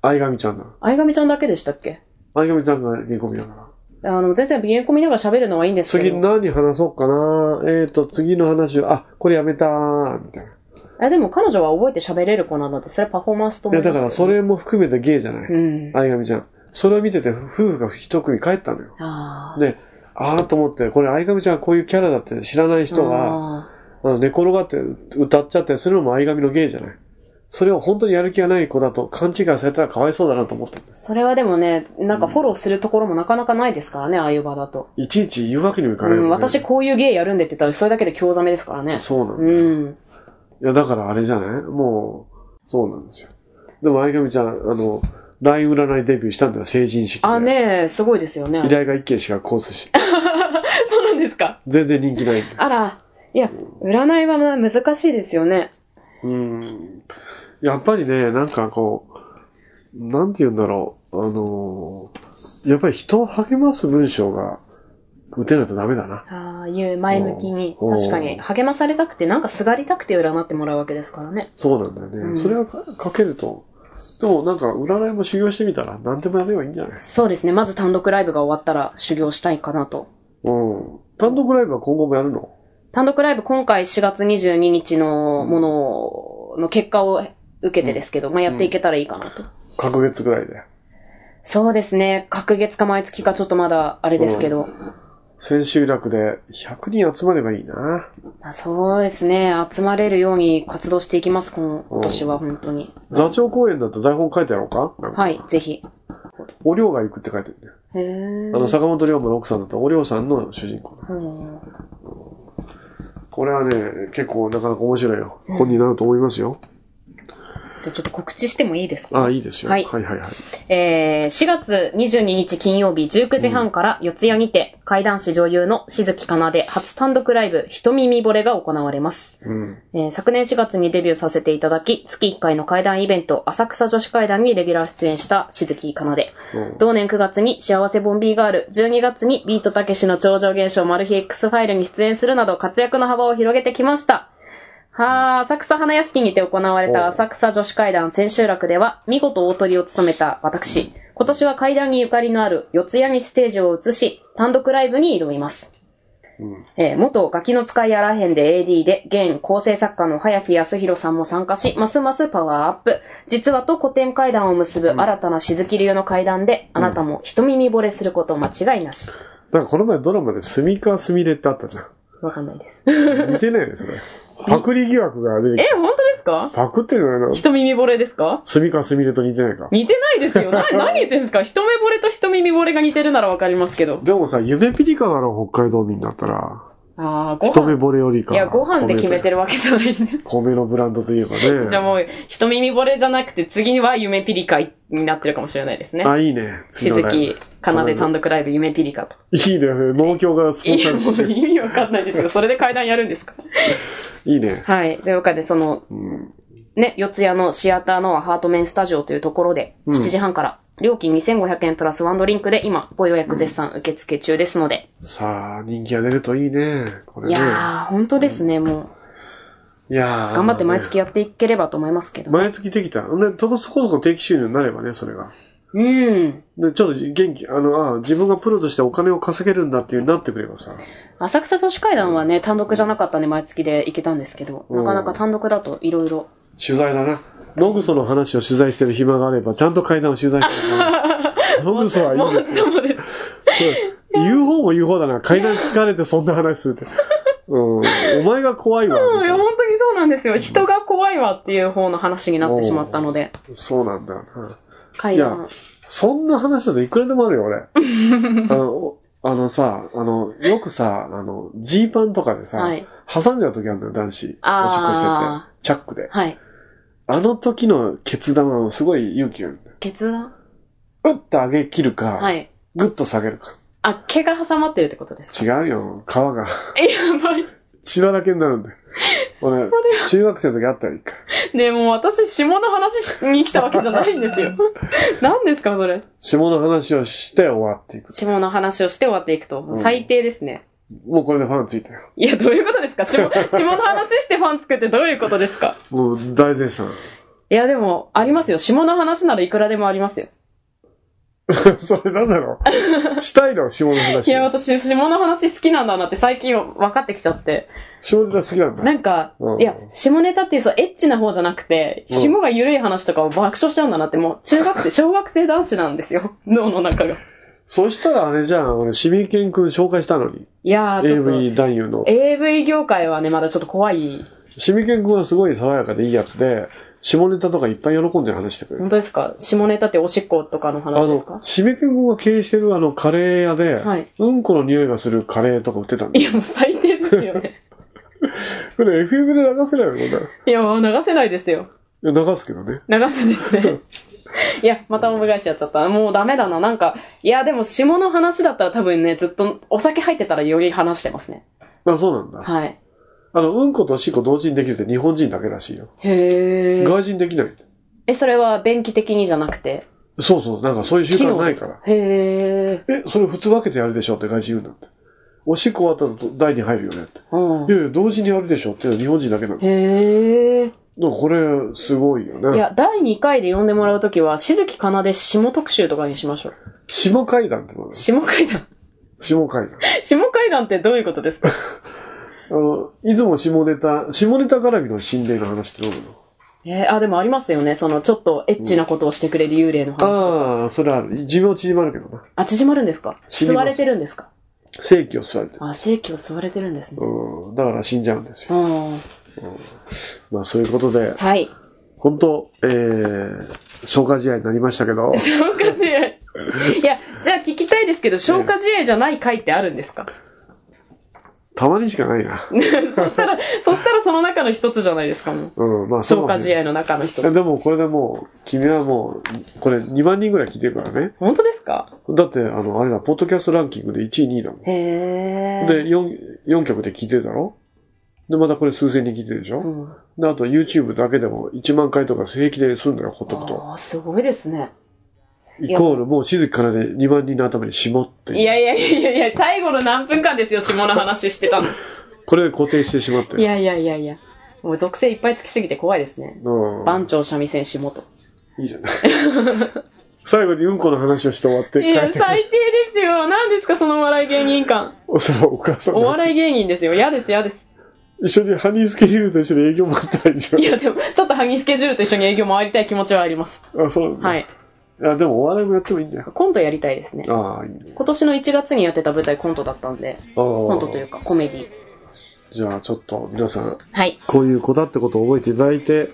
相上ちゃんだ。相上ちゃんだけでしたっけ相上ちゃんが見込みだから。あの、全然原稿見ながら喋るのはいいんですけ次ど。何話そうかなえーと、次の話を、あ、これやめたー、みたいな。えでも彼女は覚えて喋れる子なので、それパフォーマンスとい思や、いますだよからそ。れも含めて芸じゃない。うん。相上ちゃん。それを見てて、夫婦が一組帰ったのよ。あーで、あーと思って、これ相上ちゃんはこういうキャラだって知らない人が、ああの寝転がって歌っちゃったりするのも相上の芸じゃない。それを本当にやる気がない子だと勘違いされたらかわいそうだなと思ったんでーす。それはでもね、なんかフォローするところもなかなかないですからね、ああいう場だと。いちいち言うわけにもいかうないもんん、ね、私こういう芸やるんでって言ったら、それだけで興ざめですからね。そうなんだうよ。ん。いや、だからあれじゃないもう、そうなんですよ。でも、相上ちゃん、あの、LINE 占いデビューしたんだよ、成人式で。あ、ねえすごいですよね。依頼が一件しかコースし、 そうなんですか。全然人気ないんだよ。あら、いや、占いはまあ難しいですよね。うん。やっぱりね、なんかこう、なんて言うんだろう、あのー、やっぱり人を励ます文章が打てないとダメだな。ああいう前向きに、うん確かに励まされたくて、なんかすがりたくて占ってもらうわけですからね。そうなんだよね。うんそれはか書けると。でもなんか、占いも修行してみたら、何でもやればいいんじゃないそうですね、まず単独ライブが終わったら修行したいかなと。うん。単独ライブは今後もやるの単独ライブ今回4月22日のものの結果を受けてですけど、まあやっていけたらいいかなと。隔月ぐらいで。そうですね、隔月か毎月かちょっとまだあれですけど、千秋楽で100人集まればいいな。まあ、そうですね、集まれるように活動していきます、この今年は本当に。座長公演だったら台本書いてやろうかなんかはい、ぜひ。お涼が行くって書いてるね。へーあの、坂本龍馬の奥さんだったお涼さんの主人公。うんこれはね、結構なかなか面白いよ。本になると思いますよ。じゃあちょっと告知してもいいですかああ、いいですよ。はいはいはいはい。えー、4月22日金曜日19時半から四谷にて、怪談師女優の静木かなで初単独ライブ、人耳惚れが行われます。うん。えー昨年4月にデビューさせていただき、月1回の怪談イベント、浅草女子怪談にレギュラー出演した静木かなで。うん同年9月に幸せボンビーガール、12月にビートたけしの超常現象マル秘 X ファイルに出演するなど活躍の幅を広げてきました。はあ、浅草花屋敷にて行われた浅草女子会談千秋楽では、見事大鳥を務めた私、今年は階段にゆかりのある四谷にステージを移し、単独ライブに挑みます。えー元ガキの使いやらへんで AD で、現構成作家の林康弘さんも参加し、ますますパワーアップ。実はと古典階段を結ぶ新たなしずき流の階段で、あなたも一耳惚れすること間違いなし。なんかこの前ドラマでスミカスミレってあったじゃん。わかんないです。似てないですね。パクリ疑惑が出てきえて。、本当ですかパクってんじゃないの一耳惚れですかスミカスミレと似てないか。似てないですよ。 な何言ってんですか一目惚れと一耳惚れが似てるならわかりますけど。でもさ、夢ピリカだろ、北海道民だったら。ああ、ご一目飯。惚れよりか。いや、ご飯で決めてる。るわけじゃないんで。米のブランドといえばね。 じゃあもう、一耳惚れじゃなくて、次は夢ピリカになってるかもしれないですね。あ、いいね。し次のずライきブ、かなで単独ライブ、夢ピリカと。いいね。農協がスポンいサや、ーもしてうる。意味わかんないですよ。それで階段やるんですかいいね。はい。というわけで、その、うん。ね、四谷のシアターのアハートメンスタジオというところで、うん7時半から、料金2500円プラスワンドリンクで今、ご予約絶賛受付中ですので。さあ、人気が出るといいね。これいね。やー、本当ですね、もいやう。ー頑張って毎月やっていければと思いますけど。毎月できた。ね、とこそこそこ定期収入になればね、それが。うん。で、ちょっと元気、あの、ああ自分がプロとしてお金を稼げるんだっていうなってくればさ。浅草女子会談はね、単独じゃなかったんで毎月で行けたんですけど、うんなかなか単独だといろいろ。取材だな。ノグソの話を取材してる暇があれば、ちゃんと階段を取材してる な。ノグソはいいですよ。そうです。そう UFO も UFO だな。階段聞かれてそんな話するって。うん。お前が怖いわ。うん、いや、本当にそうなんですよ。人が怖いわっていう方の話になってしまったので。そうなんだよな。階いや段。そんな話だといくらでもあるよ、 俺。あの、おあのさ、あの、よくさ、あの、ジーパンとかでさ、はい挟んでた時あるんだよ、男子。おしっこあしてて。チャックで。はい。あの時の決断はすごい勇気がいるんだよ。決断うっと上げ切るか、はい。ぐっと下げるか。あ、毛が挟まってるってことですか違うよ、皮が。 え、やばい。血だらけになるんだよ。俺、中学生の時あったよ、一回。ねえもう私、下の話しに来たわけじゃないんですよ。何ですか、それ。下の話をして終わっていく。下の話をして終わっていくと。ん最低ですね。もうこれでファンついたよ。いや、どういうことですか下下の話してファン作ってどういうことですかもう大絶賛。 いや、でも、ありますよ。下の話ならいくらでもありますよ。それなんだろうしたいの下の話。いや、私、下の話好きなんだなって最近分かってきちゃって。下ネタ好きなんだ。なんか、うんいや、下ネタっていうそう、エッチな方じゃなくて、うん下が緩い話とかを爆笑しちゃうんだなって、もう中学生、小学生男子なんですよ。 脳の中が。そしたらあれじゃん、俺、シミケン君紹介したのに。いやー、ちょっと、 AV 男優の。 AV 業界はね、まだちょっと怖い。シミケン君はすごい爽やかでいいやつで、下ネタとかいっぱい喜んで話してくれ本る。当ですか下ネタっておしっことかのあ話ですのか、シミケン君が経営してるあの、カレー屋で、はいうんこの匂いがするカレーとか売ってたんだいよ。や、もう最低ですよ ね。これ FM で流せないのこいや、もう流せないですよ。れ。いや流すけどね。流すです ね。いや、またオウム返しやっちゃった。もうダメだな。なんか、いや、でも下の話だったら多分ね、ずっとお酒入ってたらより話してますね。あ、そうなんだ。はい。あの、うんことおしっこ同時にできるって日本人だけらしいよ。へー。外人できない。え、それは便器的にじゃなくて、そうそう、なんかそういう習機慣能ないですから。へー。え、それ普通分けてやるでしょって外人言うんだって。おしっこ終わったら台に入るよねって。うんいやいや、同時にやるでしょっていうのは日本人だけなんだ。へー。だからこれ、すごいよね。いや、第2回で呼んでもらうときは、しずきかなで下特集とかにしましょう。下階段ってのはね下階段。 下階段。下階段ってどういうことですかあの、いつも下ネタ、下ネタ絡みの心霊の話ってどうなのえー、あ、でもありますよね。その、ちょっとエッチなことをしてくれる幽霊の話とか。ああ、それある。寿命縮まるけどな。あ、縮まるんですか縮み吸ますわれてるんですか正規を座れてる。あ、正規を吸われてるんですね。うん、だから死んじゃうんですよ。うん。まあそういうことで、はい。本当えー、消化試合になりました けど、消化試合。いや、じゃあ聞きたいですけど、消化試合じゃない回ってあるんですかたまにしかないな。 そしたら、そしたらその中の一つじゃないですかもう。うん、まあ、消化そう試ね合の中の一えつ。でもこれでもう、君はもう、これ2万人ぐらい聞いてるからね。本当ですかだって、あの、あれだ、ポッドキャストランキングで1位、2位だもん。へえ。で、4、4曲で聞いてるだろで、またこれ数千人聞いてるでしょ、で、あと YouTube だけでも1万回とか平気ですんだよ、ほっとくと。あーすごいですね。イコール、もう静かなで2万人の頭に絞って、いやいやいやいや、最後の何分間ですよ、下の話してたの。これ固定してしまって。いやいやいやいや。もう属性いっぱいつきすぎて怖いですね。うん。番長三味線下と。いいじゃない。最後にうんこの話をして終わってい帰っや、てくる。最低ですよ。何ですか、そのお笑い芸人感。それはお母さんおが笑い芸人ですよ。嫌です、嫌です。一緒にハニースケジュールと一緒に営業もあったらいいじゃん。いや、でも、ちょっとハギスケジュールと一緒に営業回りたい気持ちはあります。あ、そうなんだ。はい。いや、でもお笑いもやってもいいんだよ。コントやりたいですね。ああ、いいね。今年の1月にやってた舞台コントだったんで、あコントといあ。うかコメディ。じゃあちょっと皆さん、はい。こういう子だってことを覚えていただい て、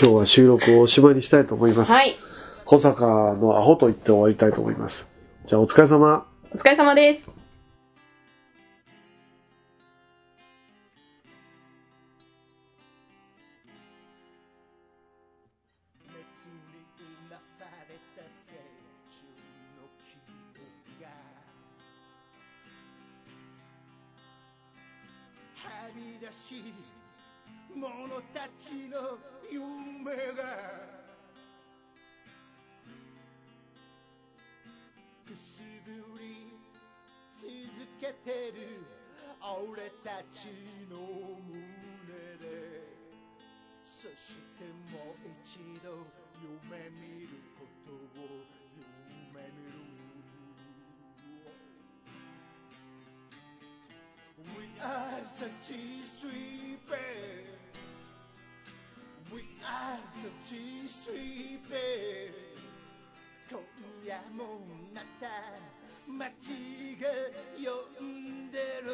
今日は収録をおしまいにしたいと思います。はい。小坂のアホと言って終わりたいと思います。じゃあお疲れ様。お疲れ様です。はみ出し者たちの夢がくすぶり続けてる俺たちの胸でそしてもう一度夢見ることを夢見る We are such a street band. We are such a street band. 今夜もまた街が呼んでる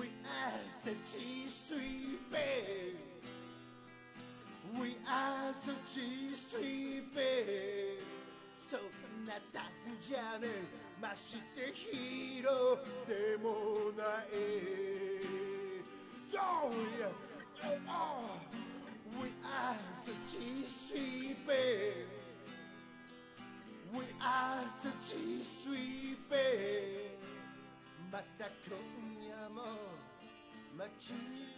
We are such a street band. We are such a street band. そんなタフじゃねえましてヒーローでもない Oh E. yeah! Oh, oh. We are such a sweet babe We are such a sweet babe また今夜も街に